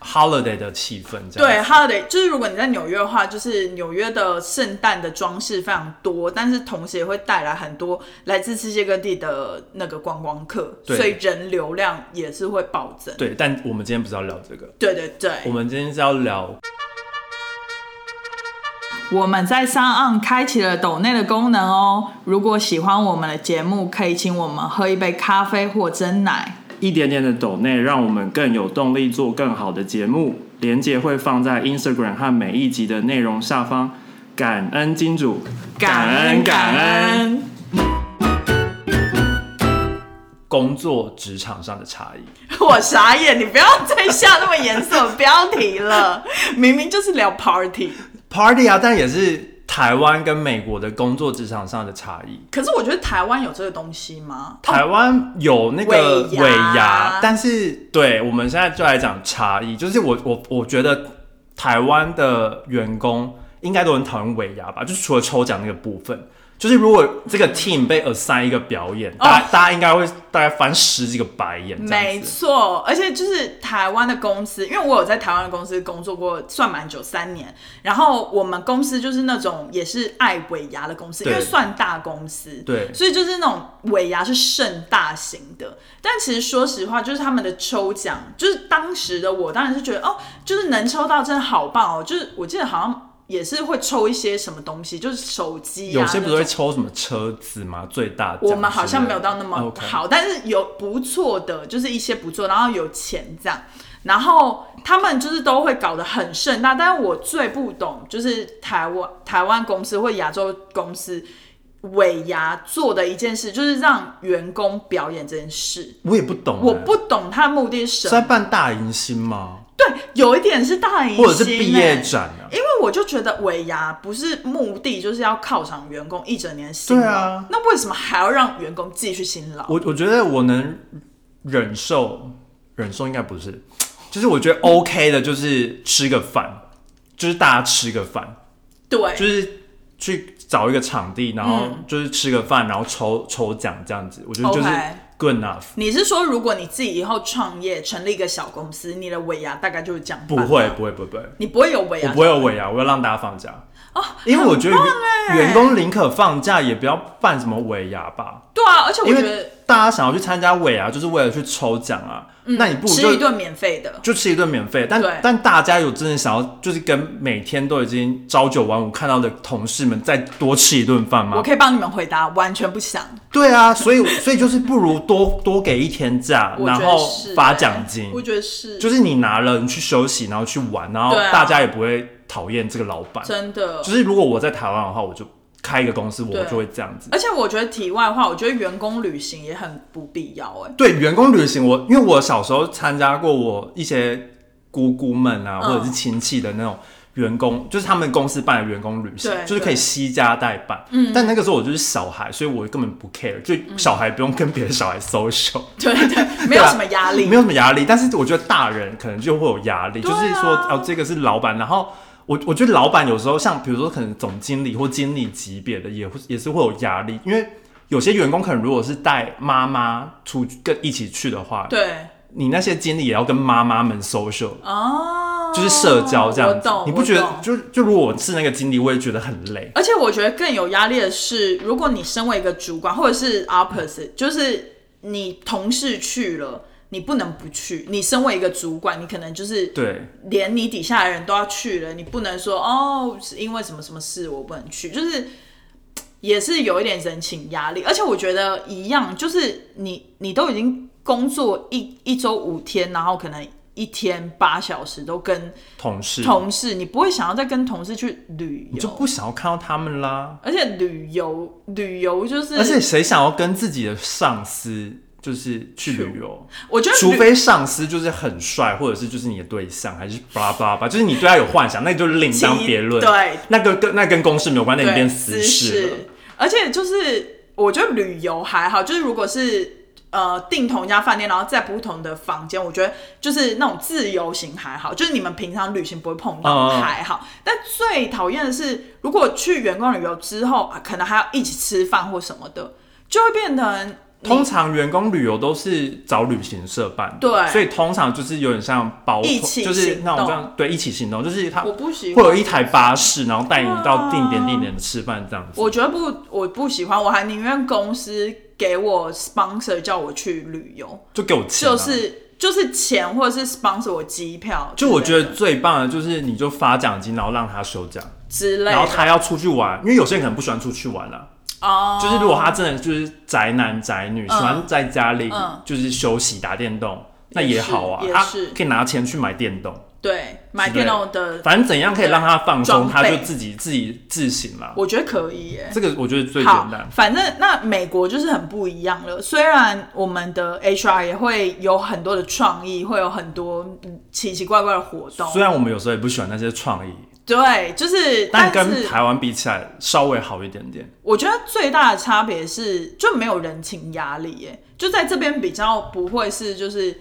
[SPEAKER 2] holiday 的气氛这
[SPEAKER 1] 对
[SPEAKER 2] 样子。
[SPEAKER 1] ，holiday 就是如果你在纽约的话，就是纽约的圣诞的装饰非常多，但是同时也会带来很多来自世界各地的那个观光客，
[SPEAKER 2] 对
[SPEAKER 1] 所以人流量也是会暴增。
[SPEAKER 2] 对，但我们今天不是要聊这个，
[SPEAKER 1] 对对对，
[SPEAKER 2] 我们今天是要聊
[SPEAKER 1] 我们在上岸开启了抖内的功能哦。如果喜欢我们的节目，可以请我们喝一杯咖啡或蒸奶。
[SPEAKER 3] 一点点的抖内，让我们更有动力做更好的节目。连接会放在 Instagram 和每一集的内容下方。感恩金主，
[SPEAKER 1] 感恩。
[SPEAKER 2] 工作职场上的差异。
[SPEAKER 1] 我傻眼，你不要再下那么严肃的标题了，明明就是聊 party。
[SPEAKER 2] Party 啊，但也是台湾跟美国的工作职场上的差异。
[SPEAKER 1] 可是我觉得台湾有这个东西吗？
[SPEAKER 2] 台湾有那个
[SPEAKER 1] 哦尾牙
[SPEAKER 2] 尾牙，但是对我们现在就来讲差异，就是我我我觉得台湾的员工应该都很讨厌尾牙吧，就是除了抽奖那个部分，就是如果
[SPEAKER 1] 嗯
[SPEAKER 2] 这个 team 被 assign 一个表演，大家大家应该会大概翻十几个白眼这
[SPEAKER 1] 哦没
[SPEAKER 2] 样子。
[SPEAKER 1] 错，而且就是台湾的公司，因为我有在台湾的公司工作过，算蛮久，三年。然后我们公司就是那种也是爱尾牙的公司，因
[SPEAKER 2] 对
[SPEAKER 1] 为算大公司，
[SPEAKER 2] 对
[SPEAKER 1] 所以就是那种尾牙是盛大型的。但其实说实话，就是他们的抽奖，就是当时的我当然是觉得哦，就是能抽到真的好棒哦。就是我记得好像也是会抽一些什么东西，就是手机、啊，
[SPEAKER 2] 有些不是
[SPEAKER 1] 那种
[SPEAKER 2] 会抽什么车子吗？最大奖之类的
[SPEAKER 1] 我们好像没有到那么
[SPEAKER 2] OK
[SPEAKER 1] 好但是有不错的，就是一些不错，然后有钱这样，然后他们就是都会搞得很盛大。但是我最不懂就是台湾台湾公司或亚洲公司尾牙做的一件事，就是让员工表演这件事。
[SPEAKER 2] 我也不懂欸、
[SPEAKER 1] 我不懂他的目的是
[SPEAKER 2] 是
[SPEAKER 1] 什
[SPEAKER 2] 在
[SPEAKER 1] 么。
[SPEAKER 2] 办大迎新吗？
[SPEAKER 1] 对，有一点是大隐、欸、
[SPEAKER 2] 或者是毕业展啊？
[SPEAKER 1] 因为我就觉得尾牙不是目的，就是要犒赏员工一整年辛劳。
[SPEAKER 2] 对啊
[SPEAKER 1] 那为什么还要让员工继续辛劳？
[SPEAKER 2] 我我觉得我能忍受，忍受应该不是，就是我觉得 OK 的，就是吃个饭，就是大家吃个饭，
[SPEAKER 1] 对，嗯
[SPEAKER 2] 就是去找一个场地，然后就是吃个饭，然后抽抽奖这样子，我觉得就是
[SPEAKER 1] OK
[SPEAKER 2] good enough。
[SPEAKER 1] 你是说，如果你自己以后创业成立一个小公司，你的尾牙大概就是这样？
[SPEAKER 2] 不会，，不会，不会，不会
[SPEAKER 1] 你不会哦有尾
[SPEAKER 2] 我
[SPEAKER 1] 牙，
[SPEAKER 2] 不会有尾牙，我要让大家放假。因为我觉得员
[SPEAKER 1] 欸
[SPEAKER 2] 员工宁可放假，也不要办什么尾牙吧，
[SPEAKER 1] 对啊，而且我
[SPEAKER 2] 因
[SPEAKER 1] 觉
[SPEAKER 2] 为
[SPEAKER 1] 得
[SPEAKER 2] 大家想要去参加尾牙，就是为了去抽奖啊。那你不如
[SPEAKER 1] 嗯
[SPEAKER 2] 就
[SPEAKER 1] 吃一顿免费的，
[SPEAKER 2] 就吃一顿免费，但
[SPEAKER 1] 对
[SPEAKER 2] 但大家有真的想要，就是跟每天都已经朝九晚五看到的同事们再多吃一顿饭
[SPEAKER 1] 我
[SPEAKER 2] 吗？
[SPEAKER 1] 可以帮你们回答，完全不想。
[SPEAKER 2] 对啊，所以所以就是不如多多给一天假，
[SPEAKER 1] 我
[SPEAKER 2] 然
[SPEAKER 1] 觉
[SPEAKER 2] 后
[SPEAKER 1] 得是欸
[SPEAKER 2] 发奖金，
[SPEAKER 1] 我觉得是，
[SPEAKER 2] 就是你拿了你去休息，然后去玩，然后
[SPEAKER 1] 对啊
[SPEAKER 2] 大家也不会讨厌这个老板。
[SPEAKER 1] 真的
[SPEAKER 2] 就。是如果我在台湾的话，我就开一个公司，我
[SPEAKER 1] 对
[SPEAKER 2] 就会这样子。
[SPEAKER 1] 而且我觉得题外话，我觉得员工旅行也很不必要哎、
[SPEAKER 2] 对员工旅行我，因为我小时候参加过我一些姑姑们啊，
[SPEAKER 1] 嗯
[SPEAKER 2] 或者是亲戚的那种员工，就是他们公司办的员工旅行，
[SPEAKER 1] 对
[SPEAKER 2] 就是可以惜家代办。嗯，但那个时候我就是小孩，所以我根本不 care，就
[SPEAKER 1] 嗯
[SPEAKER 2] 小孩不用跟别的小孩 social，、
[SPEAKER 1] 对对，没有什么压力
[SPEAKER 2] 啊没。有什么压力。但是我觉得大人可能就会有压力，
[SPEAKER 1] 对
[SPEAKER 2] 就
[SPEAKER 1] 啊
[SPEAKER 2] 是说哦，这个是老板，然后。我我觉得老板有时候像比如说可能总经理或经理级别的也会也是会有压力，因为有些员工可能如果是带妈妈出去跟一起去的话，
[SPEAKER 1] 对
[SPEAKER 2] 你那些经历也要跟妈妈们 social，、
[SPEAKER 1] 哦，
[SPEAKER 2] 就是社交这样
[SPEAKER 1] 我
[SPEAKER 2] 子
[SPEAKER 1] 懂，，
[SPEAKER 2] 你不
[SPEAKER 1] 我
[SPEAKER 2] 觉得
[SPEAKER 1] 懂？
[SPEAKER 2] 就就如果我是那个经历，我也觉得很累。
[SPEAKER 1] 而且我觉得更有压力的是，如果你身为一个主管，或者是 opposite，就是你同事去了，你不能不去。你身为一个主管，你可能就是
[SPEAKER 2] 对，
[SPEAKER 1] 连你底下的人都要去了，你不能说哦，是因为什么什么事我不能去，就是也是有一点人情压力。而且我觉得一样，就是你你都已经工作一一周五天，然后可能一天八小时都
[SPEAKER 2] 嗯
[SPEAKER 1] 跟
[SPEAKER 2] 同事，
[SPEAKER 1] 同事，你不会想要再跟同事去旅
[SPEAKER 2] 你
[SPEAKER 1] 游
[SPEAKER 2] 就。不想要看到他们啦。
[SPEAKER 1] 而且旅游旅游就是，
[SPEAKER 2] 而且谁想要跟自己的上司就是去旅游？
[SPEAKER 1] 我觉得
[SPEAKER 2] 除
[SPEAKER 1] 旅
[SPEAKER 2] 非上司就是很帅，或者是就是你的对象，还是巴拉巴拉巴拉，就是你对他有幻想，那就另
[SPEAKER 1] 其
[SPEAKER 2] 当别论。
[SPEAKER 1] 对
[SPEAKER 2] 那个跟那跟公事没有关，那
[SPEAKER 1] 对
[SPEAKER 2] 你变
[SPEAKER 1] 私
[SPEAKER 2] 私事了。哦
[SPEAKER 1] 而且就是我觉得旅游还好，就是如果是呃订同一家饭店，然后在不同的房间，我觉得就是那种自由行还好，就是你们平常旅行不会碰到
[SPEAKER 2] 嗯嗯
[SPEAKER 1] 还好。但最讨厌的是，如果去员工旅游之后，啊可能还要一起吃饭或什么的，就会变成你
[SPEAKER 2] 通常员工旅游都是找旅行社办的，
[SPEAKER 1] 对
[SPEAKER 2] 所以通常就是有点像包团，
[SPEAKER 1] 一起
[SPEAKER 2] 就是
[SPEAKER 1] 行动
[SPEAKER 2] 那种这样，对，一起行动，就是他
[SPEAKER 1] 我
[SPEAKER 2] 会
[SPEAKER 1] 不喜欢啊
[SPEAKER 2] 有一台巴士，然后带你到定点定点的吃饭这样子。
[SPEAKER 1] 我觉得不，我不喜欢，我还宁愿公司给我 sponsor 叫我去旅游，
[SPEAKER 2] 就给我钱、啊，
[SPEAKER 1] 就是就是钱或者是 sponsor 我机票之
[SPEAKER 2] 就
[SPEAKER 1] 类的，
[SPEAKER 2] 我觉得最棒的就是你就发奖金，然后让他休假，
[SPEAKER 1] 之类
[SPEAKER 2] 然后
[SPEAKER 1] 的
[SPEAKER 2] 他要出去玩，因为有些人可能不喜欢出去玩啊，
[SPEAKER 1] 哦，
[SPEAKER 2] 就是如果他真的就是宅男宅女，喜欢在家里
[SPEAKER 1] 嗯
[SPEAKER 2] 就是休息打电动，那
[SPEAKER 1] 也
[SPEAKER 2] 也
[SPEAKER 1] 是
[SPEAKER 2] 好啊
[SPEAKER 1] 也，
[SPEAKER 2] 他
[SPEAKER 1] 是
[SPEAKER 2] 可以拿钱去买电动，
[SPEAKER 1] 对买
[SPEAKER 2] 之类
[SPEAKER 1] 电
[SPEAKER 2] 的
[SPEAKER 1] 脑的，
[SPEAKER 2] 反正怎样可以让他放松，
[SPEAKER 1] 装
[SPEAKER 2] 他就
[SPEAKER 1] 备
[SPEAKER 2] 自己自己自行啦。
[SPEAKER 1] 我觉得可以耶。
[SPEAKER 2] 这个我觉得最简
[SPEAKER 1] 好
[SPEAKER 2] 单，。
[SPEAKER 1] 反正那美国就是很不一样了。虽然我们的 HR 也会有很多的创意，会有很多嗯奇奇怪怪的活动，
[SPEAKER 2] 虽然我们有时候也不喜欢那些创意，
[SPEAKER 1] 对，就是
[SPEAKER 2] 但
[SPEAKER 1] 是
[SPEAKER 2] 跟台湾比起来稍微好一点点。
[SPEAKER 1] 我觉得最大的差别是，就没有人情压力耶，就在这边比较不会是就是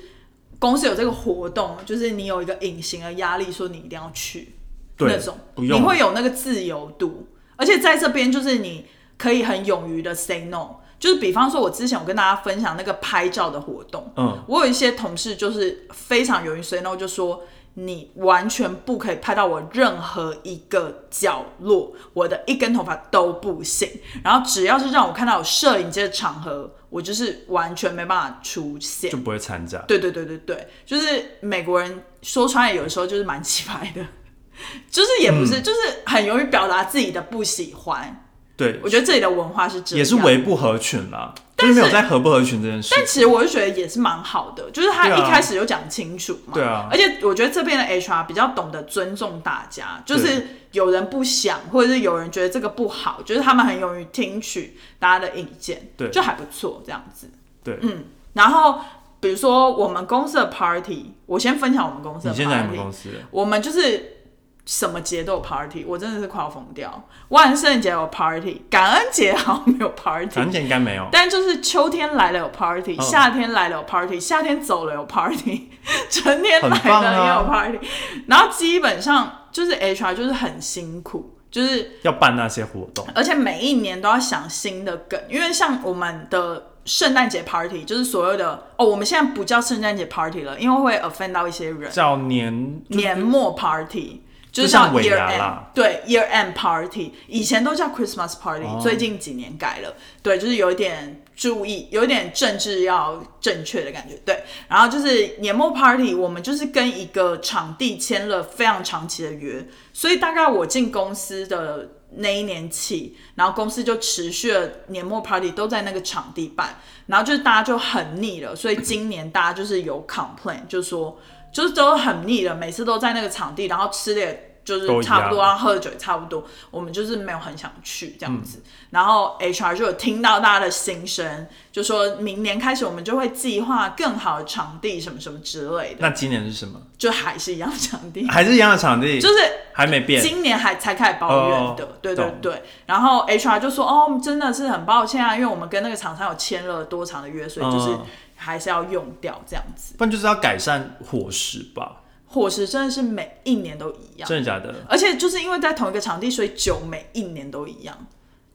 [SPEAKER 1] 公司有这个活动，就是你有一个隐形的压力，说你一定要去那
[SPEAKER 2] 对
[SPEAKER 1] 种，，
[SPEAKER 2] 不
[SPEAKER 1] 你
[SPEAKER 2] 用
[SPEAKER 1] 会有那个自由度，而且在这边就是你可以很勇于的 say no，就是比方说，我之前有跟大家分享那个拍照的活动，
[SPEAKER 2] 嗯，
[SPEAKER 1] 我有一些同事就是非常勇于 say no，就说你完全不可以拍到我任何一个角落，我的一根头发都不行。然后只要是让我看到有摄影机的场合，我就是完全没办法出现
[SPEAKER 2] 就。不会参加。
[SPEAKER 1] 对对对对对，就是美国人说穿了，有的时候就是蛮奇葩的，就是也不是，
[SPEAKER 2] 嗯
[SPEAKER 1] 就是很勇于表达自己的不喜欢。
[SPEAKER 2] 对，
[SPEAKER 1] 我觉得这里的文化是这样，
[SPEAKER 2] 也是围不合群啦，就
[SPEAKER 1] 但
[SPEAKER 2] 是
[SPEAKER 1] 是
[SPEAKER 2] 没有在合不合群这件事
[SPEAKER 1] 但。其实我就觉得也是蛮好的，就是他
[SPEAKER 2] 对啊
[SPEAKER 1] 一开始就讲清楚嘛。
[SPEAKER 2] 对啊
[SPEAKER 1] 而且我觉得这边的 HR 比较懂得尊重大家，就是有人不想，或者是有人觉得这个不好，就是他们很勇于听取大家的意见，
[SPEAKER 2] 对
[SPEAKER 1] 就还不错这样子。嗯
[SPEAKER 2] 对，
[SPEAKER 1] 然后比如说我们公司的 party，我先分享我们公司的
[SPEAKER 2] 你
[SPEAKER 1] party。
[SPEAKER 2] 现在有没有公司？
[SPEAKER 1] 我们就是什么节都有 party，我真的是快要疯掉。万圣节有 party，感恩节好像没有 party，
[SPEAKER 2] 反正应该没有。
[SPEAKER 1] 但就是秋天来了有 party，、
[SPEAKER 2] 哦嗯
[SPEAKER 1] 夏天来了有 party，夏天走了有 party，春 天来
[SPEAKER 2] 很棒
[SPEAKER 1] 了
[SPEAKER 2] 啊
[SPEAKER 1] 也有 party，、然后基本上就是 HR 就是很辛苦，就是
[SPEAKER 2] 要办那些活动，
[SPEAKER 1] 而且每一年都要想新的梗，因为像我们的。圣诞节 party 就是所谓的哦，我们现在不叫圣诞节 party 了，因为会 offend 到一些人。
[SPEAKER 2] 叫年
[SPEAKER 1] 年末 party，
[SPEAKER 2] 就是
[SPEAKER 1] 叫
[SPEAKER 2] 像尾
[SPEAKER 1] year
[SPEAKER 2] 牙
[SPEAKER 1] end，
[SPEAKER 2] 啦
[SPEAKER 1] 对 year end party，以前都叫 Christmas party，、
[SPEAKER 2] 哦
[SPEAKER 1] 最近几年改了，对，就是有一点注意，有一点政治要正确的感觉，对。然后就是年末 party，我们就是跟一个场地签了非常长期的约，所以大概我进公司的那一年起，然后公司就持续了年末 party 都在那个场地办，然后就是大家就很腻了，所以今年大家就是有 complain，就说就是都很腻了，每次都在那个场地，然后吃的也就是
[SPEAKER 2] 都一样
[SPEAKER 1] 差不多，然啊后喝的酒也差不多，我们就是没有很想去这样子。然后 HR 就有听到大家的心声，就说明年开始我们就会计划更好的场地什么什么之类的，
[SPEAKER 2] 那今年是什么？
[SPEAKER 1] 就还是一样场地，
[SPEAKER 2] 还是一样的场地，
[SPEAKER 1] 就是
[SPEAKER 2] 还没变。
[SPEAKER 1] 今年还才开始抱怨的，
[SPEAKER 2] 哦
[SPEAKER 1] 对对
[SPEAKER 2] 懂
[SPEAKER 1] 对。然后 HR 就说：“哦，真的是很抱歉啊，因为我们跟那个厂商有签了多长的约，所以就是
[SPEAKER 2] 嗯
[SPEAKER 1] 还是要用掉这样子。
[SPEAKER 2] 不然就是要改善伙食吧？
[SPEAKER 1] 伙食真的是每一年都一样，
[SPEAKER 2] 真的假的？
[SPEAKER 1] 而且就是因为在同一个场地，所以酒每一年都一样。”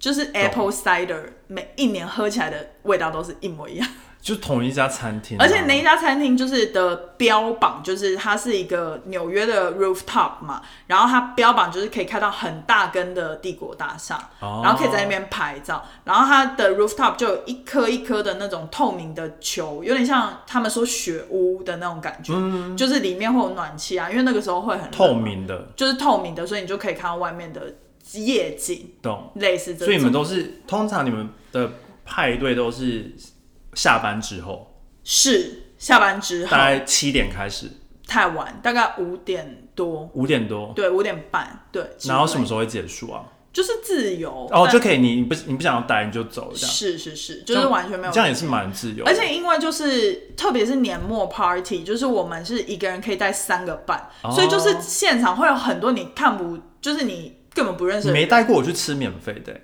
[SPEAKER 1] 就是 apple cider 每一年喝起来的味道都是一模一样，
[SPEAKER 2] 就同一家餐厅啊、
[SPEAKER 1] 而且那一家餐厅就是的标榜就是它是一个纽约的 rooftop 嘛，然后它标榜就是可以看到很大根的帝国大厦，
[SPEAKER 2] 哦
[SPEAKER 1] 然后可以在那边拍照，然后它的 rooftop 就有一颗一颗的那种透明的球，有点像他们说雪屋的那种感觉，就是里面会有暖气啊，因为那个时候会很
[SPEAKER 2] 嗯透
[SPEAKER 1] 冷嘛，
[SPEAKER 2] 明的，
[SPEAKER 1] 就是透明的，所以你就可以看到外面的夜景，
[SPEAKER 2] 懂？
[SPEAKER 1] 类似这种。
[SPEAKER 2] 所以你们都是通常你们的派对都是下班之后，
[SPEAKER 1] 是下班之后
[SPEAKER 2] 大概七点开始，
[SPEAKER 1] 太晚，大概五点多，
[SPEAKER 2] 五点多，
[SPEAKER 1] 对，五点半，对。
[SPEAKER 2] 然后什
[SPEAKER 1] 么？
[SPEAKER 2] 么时候会结束啊？
[SPEAKER 1] 就是自由
[SPEAKER 2] 哦，
[SPEAKER 1] 但
[SPEAKER 2] 就可以，你你不你不想要待你就走，这样
[SPEAKER 1] 是是是，就是完全没有
[SPEAKER 2] 这样也是蛮自由的，
[SPEAKER 1] 而且因为就是特别是年末 party，就是我们是一个人可以带三个伴，
[SPEAKER 2] 哦
[SPEAKER 1] 所以就是现场会有很多你看不，就是你根本不认识
[SPEAKER 2] 你
[SPEAKER 1] 的人
[SPEAKER 2] 没带过我去吃免费的、欸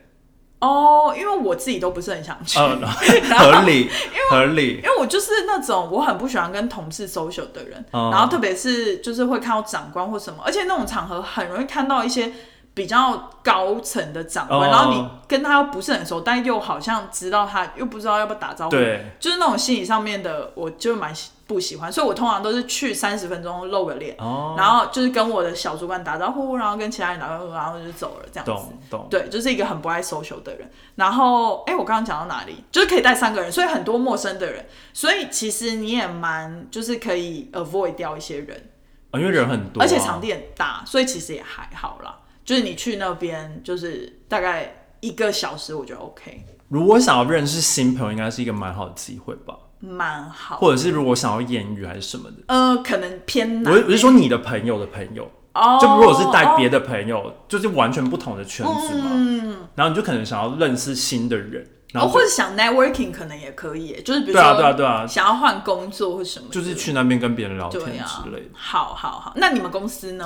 [SPEAKER 1] 哦，因为我自己都不是很想去。
[SPEAKER 2] 呃， 合理合理
[SPEAKER 1] 因为我就是那种我很不喜欢跟同事 social 的人，
[SPEAKER 2] 哦
[SPEAKER 1] 然后特别是就是会看到长官或什么，而且那种场合很容易看到一些比较高层的长官，
[SPEAKER 2] 哦
[SPEAKER 1] 然后你跟他又不是很熟，但又好像知道他，又不知道要不要打招呼，
[SPEAKER 2] 对
[SPEAKER 1] 就是那种心理上面的，我就蛮喜不喜欢，所以我通常都是去三十分钟露个脸，
[SPEAKER 2] 哦，
[SPEAKER 1] 然后就是跟我的小主管打招呼，然后跟其他人打招呼，然后就走了这样子
[SPEAKER 2] 懂。懂，
[SPEAKER 1] 对，就是一个很不爱 social 的人。然后，哎，我刚刚讲到哪里？就是可以带三个人，所以很多陌生的人，所以其实你也蛮就是可以 avoid 掉一些人，
[SPEAKER 2] 哦因为人很多、
[SPEAKER 1] 而且场地很大，所以其实也还好啦。就是你去那边，就是大概一个小时，我觉得 OK，
[SPEAKER 2] 如果想要认识新朋友，应该是一个蛮好的机会吧。
[SPEAKER 1] 哦蛮好。
[SPEAKER 2] 或者是如果想要言语还是什么的，
[SPEAKER 1] 呃，可能偏难。
[SPEAKER 2] 我是我是说你的朋友的朋友，
[SPEAKER 1] 哦，
[SPEAKER 2] 就如果是带别
[SPEAKER 1] 的，
[SPEAKER 2] 的朋友，就是完全不同的圈子嘛，
[SPEAKER 1] 嗯，
[SPEAKER 2] 然后你就可能想要认识新的人，然
[SPEAKER 1] 哦，
[SPEAKER 2] 后
[SPEAKER 1] 或者想 networking 可能也可以耶，就是比如
[SPEAKER 2] 对啊对啊
[SPEAKER 1] 说
[SPEAKER 2] 对啊，
[SPEAKER 1] 想要换工作或什么的，
[SPEAKER 2] 就是去那边跟别人聊天
[SPEAKER 1] 对啊
[SPEAKER 2] 之类的。，
[SPEAKER 1] 好好好。那你们公司呢？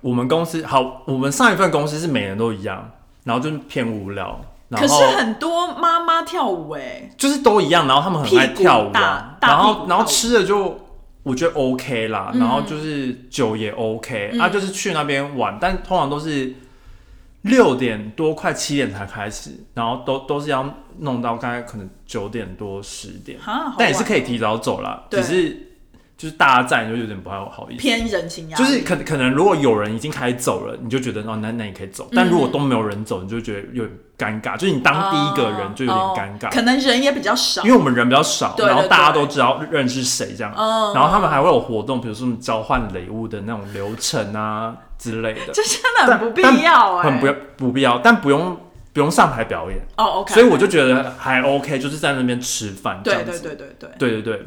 [SPEAKER 2] 我们公司好，我们上一份公司是每人都一样，然后就是偏无聊，
[SPEAKER 1] 可
[SPEAKER 2] 然后
[SPEAKER 1] 是很多妈妈跳舞哎，
[SPEAKER 2] 就是都一样，然后他们很爱
[SPEAKER 1] 屁股
[SPEAKER 2] 跳舞啊
[SPEAKER 1] 大，大
[SPEAKER 2] 然
[SPEAKER 1] 屁
[SPEAKER 2] 后
[SPEAKER 1] 股
[SPEAKER 2] 然
[SPEAKER 1] 跳
[SPEAKER 2] 后
[SPEAKER 1] 舞
[SPEAKER 2] 吃的就我觉得 OK 啦，然后就是酒也 OK，、啊，
[SPEAKER 1] 嗯
[SPEAKER 2] 就是去那边玩，但通常都是六点多快七点才开始，然后都都是要弄到大概可能九点多十点，
[SPEAKER 1] 哈，好
[SPEAKER 2] 但也是
[SPEAKER 1] 晚
[SPEAKER 2] 可以
[SPEAKER 1] 哦
[SPEAKER 2] 提早走啦，
[SPEAKER 1] 对
[SPEAKER 2] 只是就是大家在你就有点不太好意思。
[SPEAKER 1] 偏人情压力，
[SPEAKER 2] 就是可可能，如果有人已经开始走了，你就觉得哦，那那你可以走。但如果都没有人走，你就觉得有点尴尬。就是你当第一个人就有点
[SPEAKER 1] 哦
[SPEAKER 2] 尴尬
[SPEAKER 1] 哦，可能人也比较少
[SPEAKER 2] 因。为我们人比较少，
[SPEAKER 1] 对对
[SPEAKER 2] 然后大家
[SPEAKER 1] 对
[SPEAKER 2] 都知道认识谁这样，
[SPEAKER 1] 嗯
[SPEAKER 2] 然后他们还会有活动，比如说什么交换礼物的那种流程啊之类的，
[SPEAKER 1] 这真的很
[SPEAKER 2] 但
[SPEAKER 1] 不必要哎、
[SPEAKER 2] 很不要不必要，但不用不用上台表演，
[SPEAKER 1] 哦，OK，
[SPEAKER 2] 所以我就觉得还 OK，就是在那边吃饭这
[SPEAKER 1] 对
[SPEAKER 2] 样
[SPEAKER 1] 对
[SPEAKER 2] 子，
[SPEAKER 1] 对对对，
[SPEAKER 2] 对对对，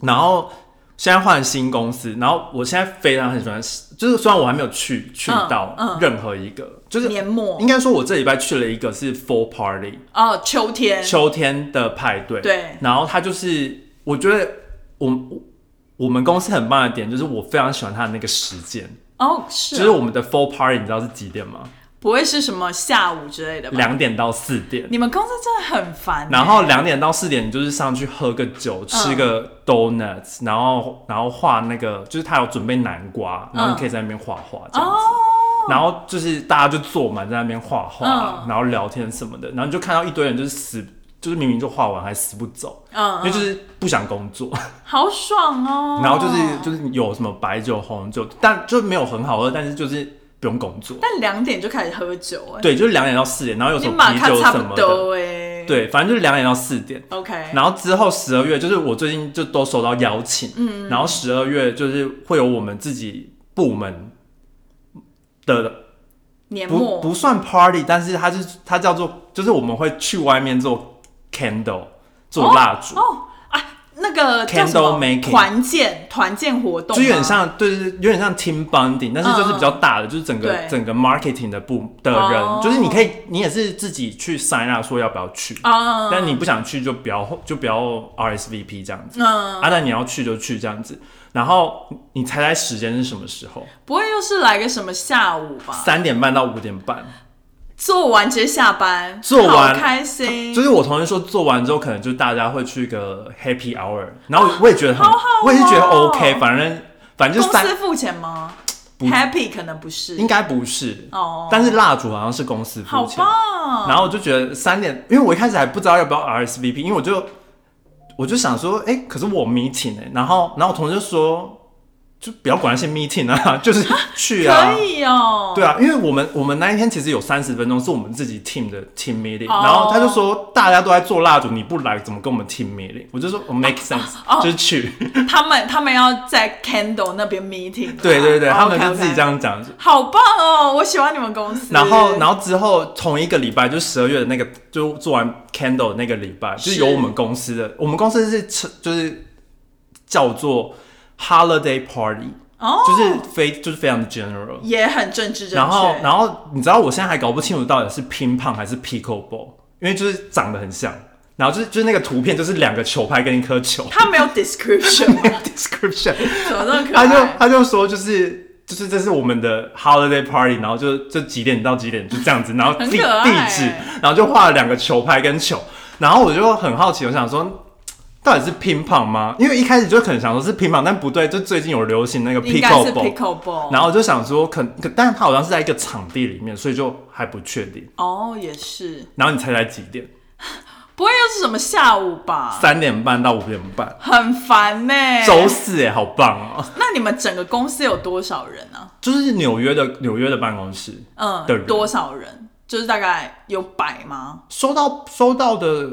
[SPEAKER 2] 然后。现在换新公司，然后我现在非常很喜欢，就是虽然我还没有去去
[SPEAKER 1] 嗯
[SPEAKER 2] 到
[SPEAKER 1] 嗯
[SPEAKER 2] 任何一个，就是
[SPEAKER 1] 年末
[SPEAKER 2] 应该说，我这礼拜去了一个是 full party，
[SPEAKER 1] 哦，秋天
[SPEAKER 2] 秋天的派对，
[SPEAKER 1] 对
[SPEAKER 2] 然后他就是，我觉得我我我们公司很棒的点就是，我非常喜欢他的那个时间，
[SPEAKER 1] 哦是
[SPEAKER 2] 就
[SPEAKER 1] 啊、哦
[SPEAKER 2] 是我们的 full party，你知道是几点吗？
[SPEAKER 1] 不会是什么下午之类的吧？
[SPEAKER 2] 两点到四点，
[SPEAKER 1] 你们公司真的很烦欸、
[SPEAKER 2] 然后两点到四点，你就是上去喝个酒，吃
[SPEAKER 1] 嗯
[SPEAKER 2] 个 donuts，然后然后画那个，就是他有准备南瓜，
[SPEAKER 1] 嗯
[SPEAKER 2] 然后你可以在那边画画这样
[SPEAKER 1] 哦
[SPEAKER 2] 子。然后就是大家就坐满在那边画画，
[SPEAKER 1] 嗯
[SPEAKER 2] 然后聊天什么的，然后你就看到一堆人就是死，就是明明就画完还死不走，
[SPEAKER 1] 嗯
[SPEAKER 2] 因为就是不想工作，
[SPEAKER 1] 好爽哦，
[SPEAKER 2] 然后就是就是有什么白酒、红酒，但就没有很好喝，但是就是不用工作。
[SPEAKER 1] 但两点就开始喝酒哎、
[SPEAKER 2] 对，就是两点到四点，然后有什
[SPEAKER 1] 你
[SPEAKER 2] 么
[SPEAKER 1] 马
[SPEAKER 2] 啤
[SPEAKER 1] 看
[SPEAKER 2] 酒
[SPEAKER 1] 差
[SPEAKER 2] 什么
[SPEAKER 1] 不
[SPEAKER 2] 的，
[SPEAKER 1] 多哎、
[SPEAKER 2] 对，反正就是两点到四点。
[SPEAKER 1] ，OK，
[SPEAKER 2] 然后之后十二月，就是我最近就都收到邀请，
[SPEAKER 1] 嗯
[SPEAKER 2] 然后十二月就是会有我们自己部门的
[SPEAKER 1] 年
[SPEAKER 2] 不
[SPEAKER 1] 末
[SPEAKER 2] 不算 party，但是它是它叫做就是我们会去外面做 candle 做蜡烛，
[SPEAKER 1] 哦啊，那个叫什
[SPEAKER 2] Candle
[SPEAKER 1] 么
[SPEAKER 2] making
[SPEAKER 1] 团建团建活动吗，嗯
[SPEAKER 2] 就有点像，对对，对有点像 team bonding，但是就是比较大的，就是整个
[SPEAKER 1] 对
[SPEAKER 2] 整个 marketing 的部的人，
[SPEAKER 1] 哦
[SPEAKER 2] 就是你可以，你也是自己去 sign up 说要不要去，
[SPEAKER 1] 啊，
[SPEAKER 2] 但你不想去就不要就不要 RSVP 这样子，
[SPEAKER 1] 嗯，
[SPEAKER 2] 啊，那你要去就去这样子，然后你猜猜时间是什么时候？
[SPEAKER 1] 不会又是来个什么下午吧？
[SPEAKER 2] 三点半到五点半，
[SPEAKER 1] 做完直接下班，
[SPEAKER 2] 做完
[SPEAKER 1] 好开心，
[SPEAKER 2] 就是我同事说做完之后，可能就大家会去一个 happy hour，然后我也觉得很，
[SPEAKER 1] 好好哦
[SPEAKER 2] 我也是觉得 OK，反正反正就
[SPEAKER 1] 公
[SPEAKER 2] 是三
[SPEAKER 1] 司付钱吗
[SPEAKER 2] 不
[SPEAKER 1] ？Happy 可能不是，
[SPEAKER 2] 应该不是，
[SPEAKER 1] 哦，
[SPEAKER 2] 但是蜡烛好像是公司
[SPEAKER 1] 好
[SPEAKER 2] 付钱。
[SPEAKER 1] 棒，
[SPEAKER 2] 然后我就觉得三点，因为我一开始还不知道要不要 RSVP，因为我就我就想说，哎、可是我 meeting 哎、然后然后我同事就说，就不要管那些 meeting 啊， 就是去 啊
[SPEAKER 1] 可，以哦，
[SPEAKER 2] 对啊，因为我们我们那一天其实有三十分钟是我们自己 team 的 team meeting，、
[SPEAKER 1] 哦
[SPEAKER 2] 然后他就说大家都在做蜡烛，你不来怎么跟我们 team meeting？我就说、哦 make sense，、
[SPEAKER 1] 哦
[SPEAKER 2] 就是去，
[SPEAKER 1] 他们他们要在 Candle 那边 meeting，啊
[SPEAKER 2] 对对对，
[SPEAKER 1] 哦
[SPEAKER 2] 他们
[SPEAKER 1] OK，
[SPEAKER 2] 就自己
[SPEAKER 1] OK
[SPEAKER 2] 这，样讲。
[SPEAKER 1] 好棒哦，我喜欢你们公司，
[SPEAKER 2] 然后，然
[SPEAKER 1] 后
[SPEAKER 2] 后之后同一个礼拜，就十二月的那个，就做完 Candle 的那个礼拜，就是
[SPEAKER 1] 是
[SPEAKER 2] 由我们公司的，我们公司是称就是叫做 Holiday Party，、
[SPEAKER 1] 哦，
[SPEAKER 2] 就是非就是非常的 general。
[SPEAKER 1] 也很政治正确，
[SPEAKER 2] 然后，然后你知道我现在还搞不清楚到底是乒乓还是 pickle ball，因为就是长得很像，然后就是就是那个图片就是两个球拍跟一颗球
[SPEAKER 1] 他没有 description，
[SPEAKER 2] description，
[SPEAKER 1] 怎么那么可
[SPEAKER 2] 他就
[SPEAKER 1] 爱？
[SPEAKER 2] 他就说就是就是这是我们的 holiday party，然后就就几点到几点就这样子，然后
[SPEAKER 1] 很
[SPEAKER 2] 地
[SPEAKER 1] 可爱
[SPEAKER 2] 地址，然后就画了两个球拍跟球，然后我就很好奇，我想说。到底是乒乓吗？因为一开始就可能想说是乒乓，但不对，就最近有流行那个
[SPEAKER 1] 应该
[SPEAKER 2] pickle
[SPEAKER 1] 是
[SPEAKER 2] ball，
[SPEAKER 1] pickle ball，
[SPEAKER 2] 然后我就想说可可，但他好像是在一个场地里面，所以就还不确定。
[SPEAKER 1] 哦也是，
[SPEAKER 2] 然后你猜猜几点？
[SPEAKER 1] 不会又是什么下午吧？
[SPEAKER 2] 三点半到五点半，
[SPEAKER 1] 很烦呢、
[SPEAKER 2] 周四哎，好棒哦！
[SPEAKER 1] 那你们整个公司有多少人啊？
[SPEAKER 2] 就是纽约的纽约的办公室，的
[SPEAKER 1] 嗯，
[SPEAKER 2] 人
[SPEAKER 1] 多少人？就是大概有百吗？
[SPEAKER 2] 收到收到的，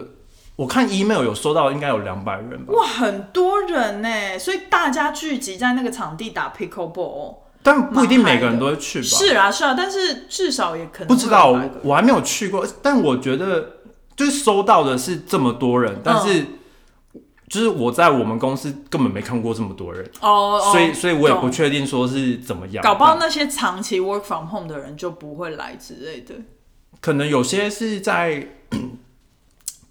[SPEAKER 2] 我看 email 有收到，应该有两百人吧。
[SPEAKER 1] 哇，很多人呢、所以大家聚集在那个场地打 pickleball，
[SPEAKER 2] 但不一定
[SPEAKER 1] 蛮嗨
[SPEAKER 2] 每个人
[SPEAKER 1] 的
[SPEAKER 2] 都会去吧？
[SPEAKER 1] 是啊是啊，但是至少也可能
[SPEAKER 2] 不知道
[SPEAKER 1] 会有百个，
[SPEAKER 2] 我还没有去过，但我觉得就是收到的是这么多
[SPEAKER 1] 嗯
[SPEAKER 2] 人，但是就是我在我们公司根本没看过这么多人，
[SPEAKER 1] 哦，哦
[SPEAKER 2] 所以所以我也不
[SPEAKER 1] 懂
[SPEAKER 2] 确定啊说是怎么样，
[SPEAKER 1] 搞不好那些长期 work from home 的人就不会来之类的。
[SPEAKER 2] 可能有些是在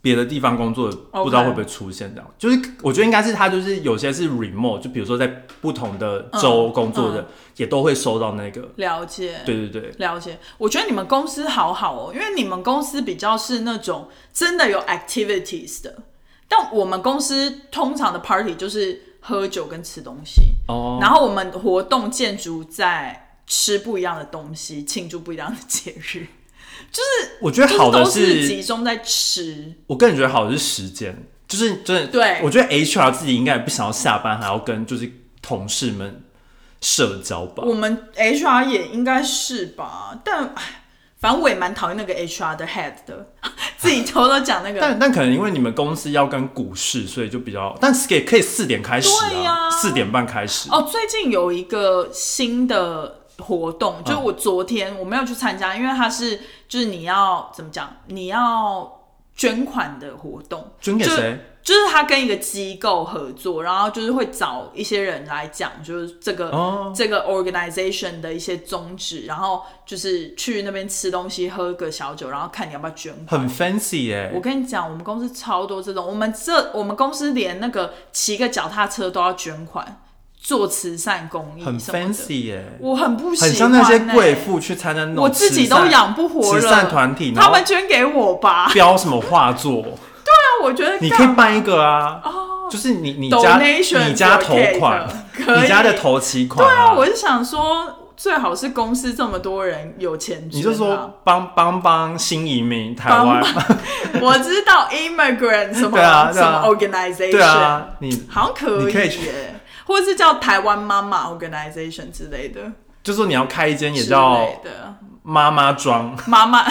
[SPEAKER 2] 别的地方工作，
[SPEAKER 1] OK
[SPEAKER 2] 不知道会不会出现这样。就是我觉得应该是他就是有些是 remote，就比如说在不同的州
[SPEAKER 1] 嗯
[SPEAKER 2] 工作的，也都会收到那个。
[SPEAKER 1] 了解，
[SPEAKER 2] 对对对，
[SPEAKER 1] 了解。我觉得你们公司好好哦，因为你们公司比较是那种真的有 activities 的，但我们公司通常的 party 就是喝酒跟吃东西，
[SPEAKER 2] 哦，
[SPEAKER 1] 然后我们活动建筑在吃不一样的东西，庆祝不一样的节 日，
[SPEAKER 2] 我觉得好的
[SPEAKER 1] 就是都是集中在吃。
[SPEAKER 2] 我个人觉得好的是时间，就是真的，
[SPEAKER 1] 对
[SPEAKER 2] 我觉得 HR 自己应该也不想要下班还要跟就是同事们社交吧。
[SPEAKER 1] 我们 HR 也应该是吧，但唉反正我也蛮讨厌那个 HR 的 head 的， 自己偷偷讲那个。
[SPEAKER 2] 但但可能因为你们公司要跟股市，所以就比较，但是也可以四点开始
[SPEAKER 1] 对
[SPEAKER 2] 啊
[SPEAKER 1] 呀，
[SPEAKER 2] 四、点半开始。
[SPEAKER 1] 哦，最近有一个新的活动，
[SPEAKER 2] 嗯
[SPEAKER 1] 就是我昨天我没有去参加，因为它是就是你要怎么讲，你要捐款的活动，
[SPEAKER 2] 捐给
[SPEAKER 1] 就
[SPEAKER 2] 谁？
[SPEAKER 1] 就是他跟一个机构合作，然后就是会找一些人来讲，就是这个、
[SPEAKER 2] 哦
[SPEAKER 1] 这个 organization 的一些宗旨，然后就是去那边吃东西、喝个小酒，然后看你要不要捐款。
[SPEAKER 2] 很 fancy 耶、
[SPEAKER 1] 我跟你讲，我们公司超多这种，我们这我们公司连那个骑个脚踏车都要捐款，做慈善公益
[SPEAKER 2] 很
[SPEAKER 1] 什么的。
[SPEAKER 2] fancy 耶、
[SPEAKER 1] 我很不喜欢、欸，
[SPEAKER 2] 很像那些贵，妇去参加那种
[SPEAKER 1] 我自己
[SPEAKER 2] 慈善
[SPEAKER 1] 都养不活了。
[SPEAKER 2] 慈善团体，然
[SPEAKER 1] 他
[SPEAKER 2] 后
[SPEAKER 1] 们捐给我吧。
[SPEAKER 2] 标什么画作，
[SPEAKER 1] 那我觉得
[SPEAKER 2] 你可以
[SPEAKER 1] 干
[SPEAKER 2] 办一个啊。 就是你你家
[SPEAKER 1] 哦 Donation
[SPEAKER 2] 你家投
[SPEAKER 1] for
[SPEAKER 2] 款
[SPEAKER 1] cake，，可以
[SPEAKER 2] 你家的头期款、
[SPEAKER 1] 对啊，我就想说，最好是公司这么多人有钱捐啊
[SPEAKER 2] 你就说帮帮帮新移民台
[SPEAKER 1] 帮
[SPEAKER 2] 湾，
[SPEAKER 1] 我知道 immigrant 什么、
[SPEAKER 2] 对啊
[SPEAKER 1] 什
[SPEAKER 2] 对啊
[SPEAKER 1] 么 organization，
[SPEAKER 2] 对啊，你
[SPEAKER 1] 好像可
[SPEAKER 2] 你
[SPEAKER 1] 以
[SPEAKER 2] 可以去
[SPEAKER 1] 耶，或者是叫台湾妈妈 organization 之类的，
[SPEAKER 2] 就说你要开一间也
[SPEAKER 1] 之
[SPEAKER 2] 叫
[SPEAKER 1] 类的
[SPEAKER 2] 妈妈庄，
[SPEAKER 1] 妈妈，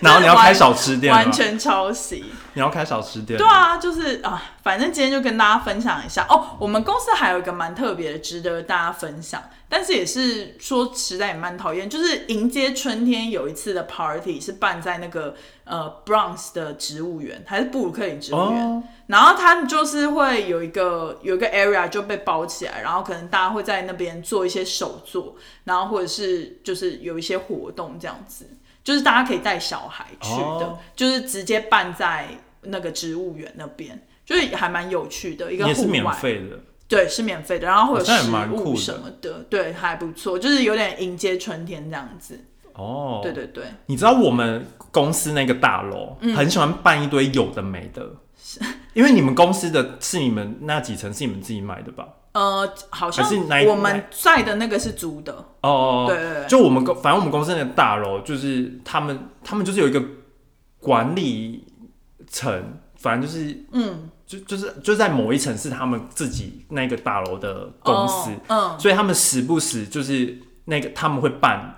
[SPEAKER 2] 然后你要开小吃店
[SPEAKER 1] 完
[SPEAKER 2] 嘛，
[SPEAKER 1] 全抄袭。
[SPEAKER 2] 你要开小吃店，
[SPEAKER 1] 对啊，就是啊，反正今天就跟大家分享一下哦。我们公司还有一个蛮特别的，值得大家分享，但是也是说实在也蛮讨厌，就是迎接春天有一次的 party 是办在那个呃 Bronx 的植物园，还是布鲁克林植物园。
[SPEAKER 2] 哦
[SPEAKER 1] 然后他们就是会有一个有一个 area 就被包起来，然后可能大家会在那边做一些手作，然后或者是就是有一些活动这样子，就是大家可以带小孩去的，
[SPEAKER 2] 哦
[SPEAKER 1] 就是直接办在那个植物园那边，就是还蛮有趣的一个
[SPEAKER 2] 你也是
[SPEAKER 1] 户
[SPEAKER 2] 免
[SPEAKER 1] 外，
[SPEAKER 2] 费的，
[SPEAKER 1] 对，是免费的，然后会有
[SPEAKER 2] 好像也
[SPEAKER 1] 食
[SPEAKER 2] 蛮酷
[SPEAKER 1] 物
[SPEAKER 2] 的
[SPEAKER 1] 什么的，对，还不错，就是有点迎接春天这样子，
[SPEAKER 2] 哦，
[SPEAKER 1] 对对对，
[SPEAKER 2] 你知道我们公司那个大楼、
[SPEAKER 1] 嗯
[SPEAKER 2] 很喜欢办一堆有的没的，因为你们公司的是你们那几层是你们自己买的吧？
[SPEAKER 1] 呃，好像
[SPEAKER 2] 还是哪一
[SPEAKER 1] 我们在的那个是租的，
[SPEAKER 2] 哦，
[SPEAKER 1] 对对对
[SPEAKER 2] 就我们公，反正我们公司那个大楼，就是他们，他们就是有一个管理层，反正就是，
[SPEAKER 1] 嗯，
[SPEAKER 2] 就就是就在某一层是他们自己那个大楼的公司，
[SPEAKER 1] 哦
[SPEAKER 2] 所以他们时不时就是那个他们会办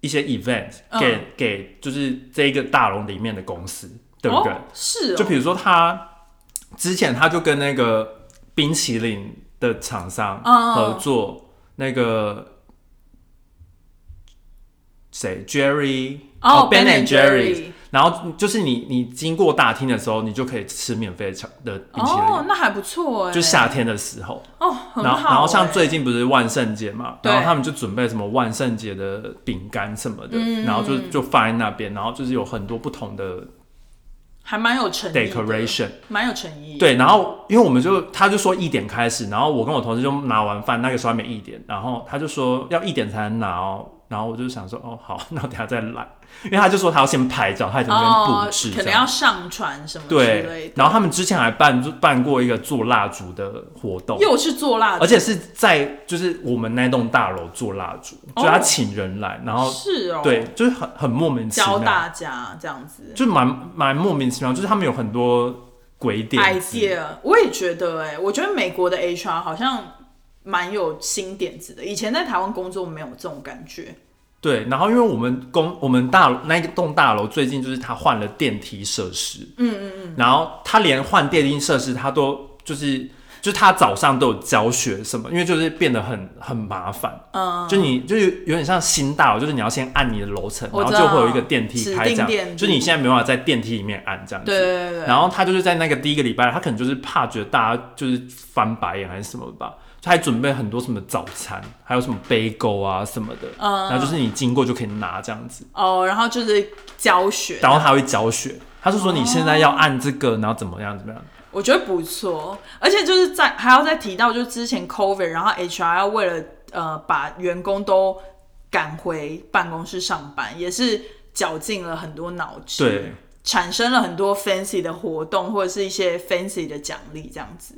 [SPEAKER 2] 一些 event
[SPEAKER 1] 嗯
[SPEAKER 2] 给、给就是这个大楼里面的公司
[SPEAKER 1] 嗯，
[SPEAKER 2] 的人，
[SPEAKER 1] 哦是哦，
[SPEAKER 2] 就比如说他之前他就跟那个冰淇淋的厂商
[SPEAKER 1] 嗯
[SPEAKER 2] 合作，那个谁 Jerry
[SPEAKER 1] 哦
[SPEAKER 2] Ben
[SPEAKER 1] Ben
[SPEAKER 2] and
[SPEAKER 1] and Jerry
[SPEAKER 2] Jerry，然后就是你你经过大厅的时候，你就可以吃免费的巧的冰淇淋。
[SPEAKER 1] 哦，那还不错哎、
[SPEAKER 2] 就夏天的时候，
[SPEAKER 1] 哦，很好、
[SPEAKER 2] 然后然后像最近不是万圣节嘛，
[SPEAKER 1] 对
[SPEAKER 2] 然后他们就准备什么万圣节的饼干什么的，
[SPEAKER 1] 嗯
[SPEAKER 2] 然后就就放在那边，然后就是有很多不同的
[SPEAKER 1] 还蛮有诚意的
[SPEAKER 2] decoration，
[SPEAKER 1] 蛮有诚意。，
[SPEAKER 2] 对，然后因为我们就他就说一点开始，然后我跟我同事就拿完饭，那个时候还没一点，然后他就说要一点才能拿哦，然后我就想说哦好，那我等下再来，因为他就说他要先拍照，他已经在那边
[SPEAKER 1] 哦
[SPEAKER 2] 布置，
[SPEAKER 1] 可
[SPEAKER 2] 这
[SPEAKER 1] 能
[SPEAKER 2] 样
[SPEAKER 1] 要。上传什么之类
[SPEAKER 2] 对
[SPEAKER 1] 的，，
[SPEAKER 2] 然后他们之前还办就办过一个做蜡烛的活动，
[SPEAKER 1] 又是做蜡烛，
[SPEAKER 2] 而且是在就是我们那栋大楼做蜡烛，
[SPEAKER 1] 哦
[SPEAKER 2] 就他请人来，然后
[SPEAKER 1] 是哦，
[SPEAKER 2] 对，，就是很很莫名其
[SPEAKER 1] 教
[SPEAKER 2] 妙，
[SPEAKER 1] 大家这样子。
[SPEAKER 2] 就蛮蛮莫名其妙，就是他们有很多鬼点子
[SPEAKER 1] idea，我也觉得哎、我觉得美国的 HR 好像蛮有新点子的，以前在台湾工作没有这种感觉。
[SPEAKER 2] 对，然后因为我们公我们大楼那一栋大楼最近就是它换了电梯设施，嗯嗯嗯，然后它连换电梯设施它都就是就是他早上都有教学什么，因为就是变得很很麻烦。
[SPEAKER 1] 嗯，
[SPEAKER 2] 就你就是有点像新大楼，就是你要先按你的楼层，
[SPEAKER 1] 我
[SPEAKER 2] 然后
[SPEAKER 1] 知
[SPEAKER 2] 就会有
[SPEAKER 1] 道
[SPEAKER 2] 一个电梯
[SPEAKER 1] 指
[SPEAKER 2] 开
[SPEAKER 1] 定
[SPEAKER 2] 这
[SPEAKER 1] 电梯
[SPEAKER 2] 样，就你现在没办法在电梯里面按这样子。
[SPEAKER 1] 对对对对，
[SPEAKER 2] 然后他就是在那个第一个礼拜，他可能就是怕觉得大家就是翻白眼还是什么吧，他还准备很多什么早餐，还有什么杯钩啊什么的，
[SPEAKER 1] 嗯
[SPEAKER 2] 然后就是你经过就可以拿这样子，
[SPEAKER 1] 哦，然后就是教学，
[SPEAKER 2] 然后他会教学，他是说你现在要按这个，然后怎么样怎么样，
[SPEAKER 1] 我觉得不错，而且就是在还要再提到，就是之前 COVID，然后 HR 要为了呃把员工都赶回办公室上班，也是绞尽了很多脑汁，
[SPEAKER 2] 对，
[SPEAKER 1] 产生了很多 fancy 的活动或者是一些 fancy 的奖励这样子。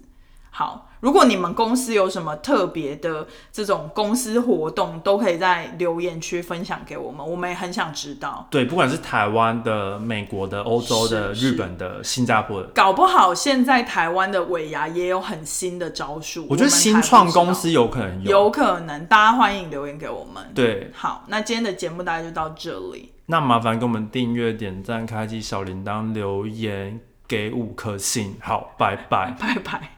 [SPEAKER 1] 好，如果你们公司有什么特别的这种公司活动，都可以在留言区分享给我们，我们也很想知道。
[SPEAKER 2] 对，不管是台湾的、美国的、欧洲的、
[SPEAKER 1] 是是
[SPEAKER 2] 日本的、新加坡的，
[SPEAKER 1] 搞不好现在台湾的尾牙也有很新的招数，
[SPEAKER 2] 我觉
[SPEAKER 1] 们
[SPEAKER 2] 得
[SPEAKER 1] 还
[SPEAKER 2] 新
[SPEAKER 1] 不
[SPEAKER 2] 创
[SPEAKER 1] 知道
[SPEAKER 2] 公司有可能
[SPEAKER 1] 有可能，大家欢迎留言给我们。，
[SPEAKER 2] 对，
[SPEAKER 1] 好，那今天的节目大概就到这里。
[SPEAKER 2] 那麻烦给我们订阅、点赞、开启小铃铛、留言，给五颗星，好，拜拜。
[SPEAKER 1] 拜拜。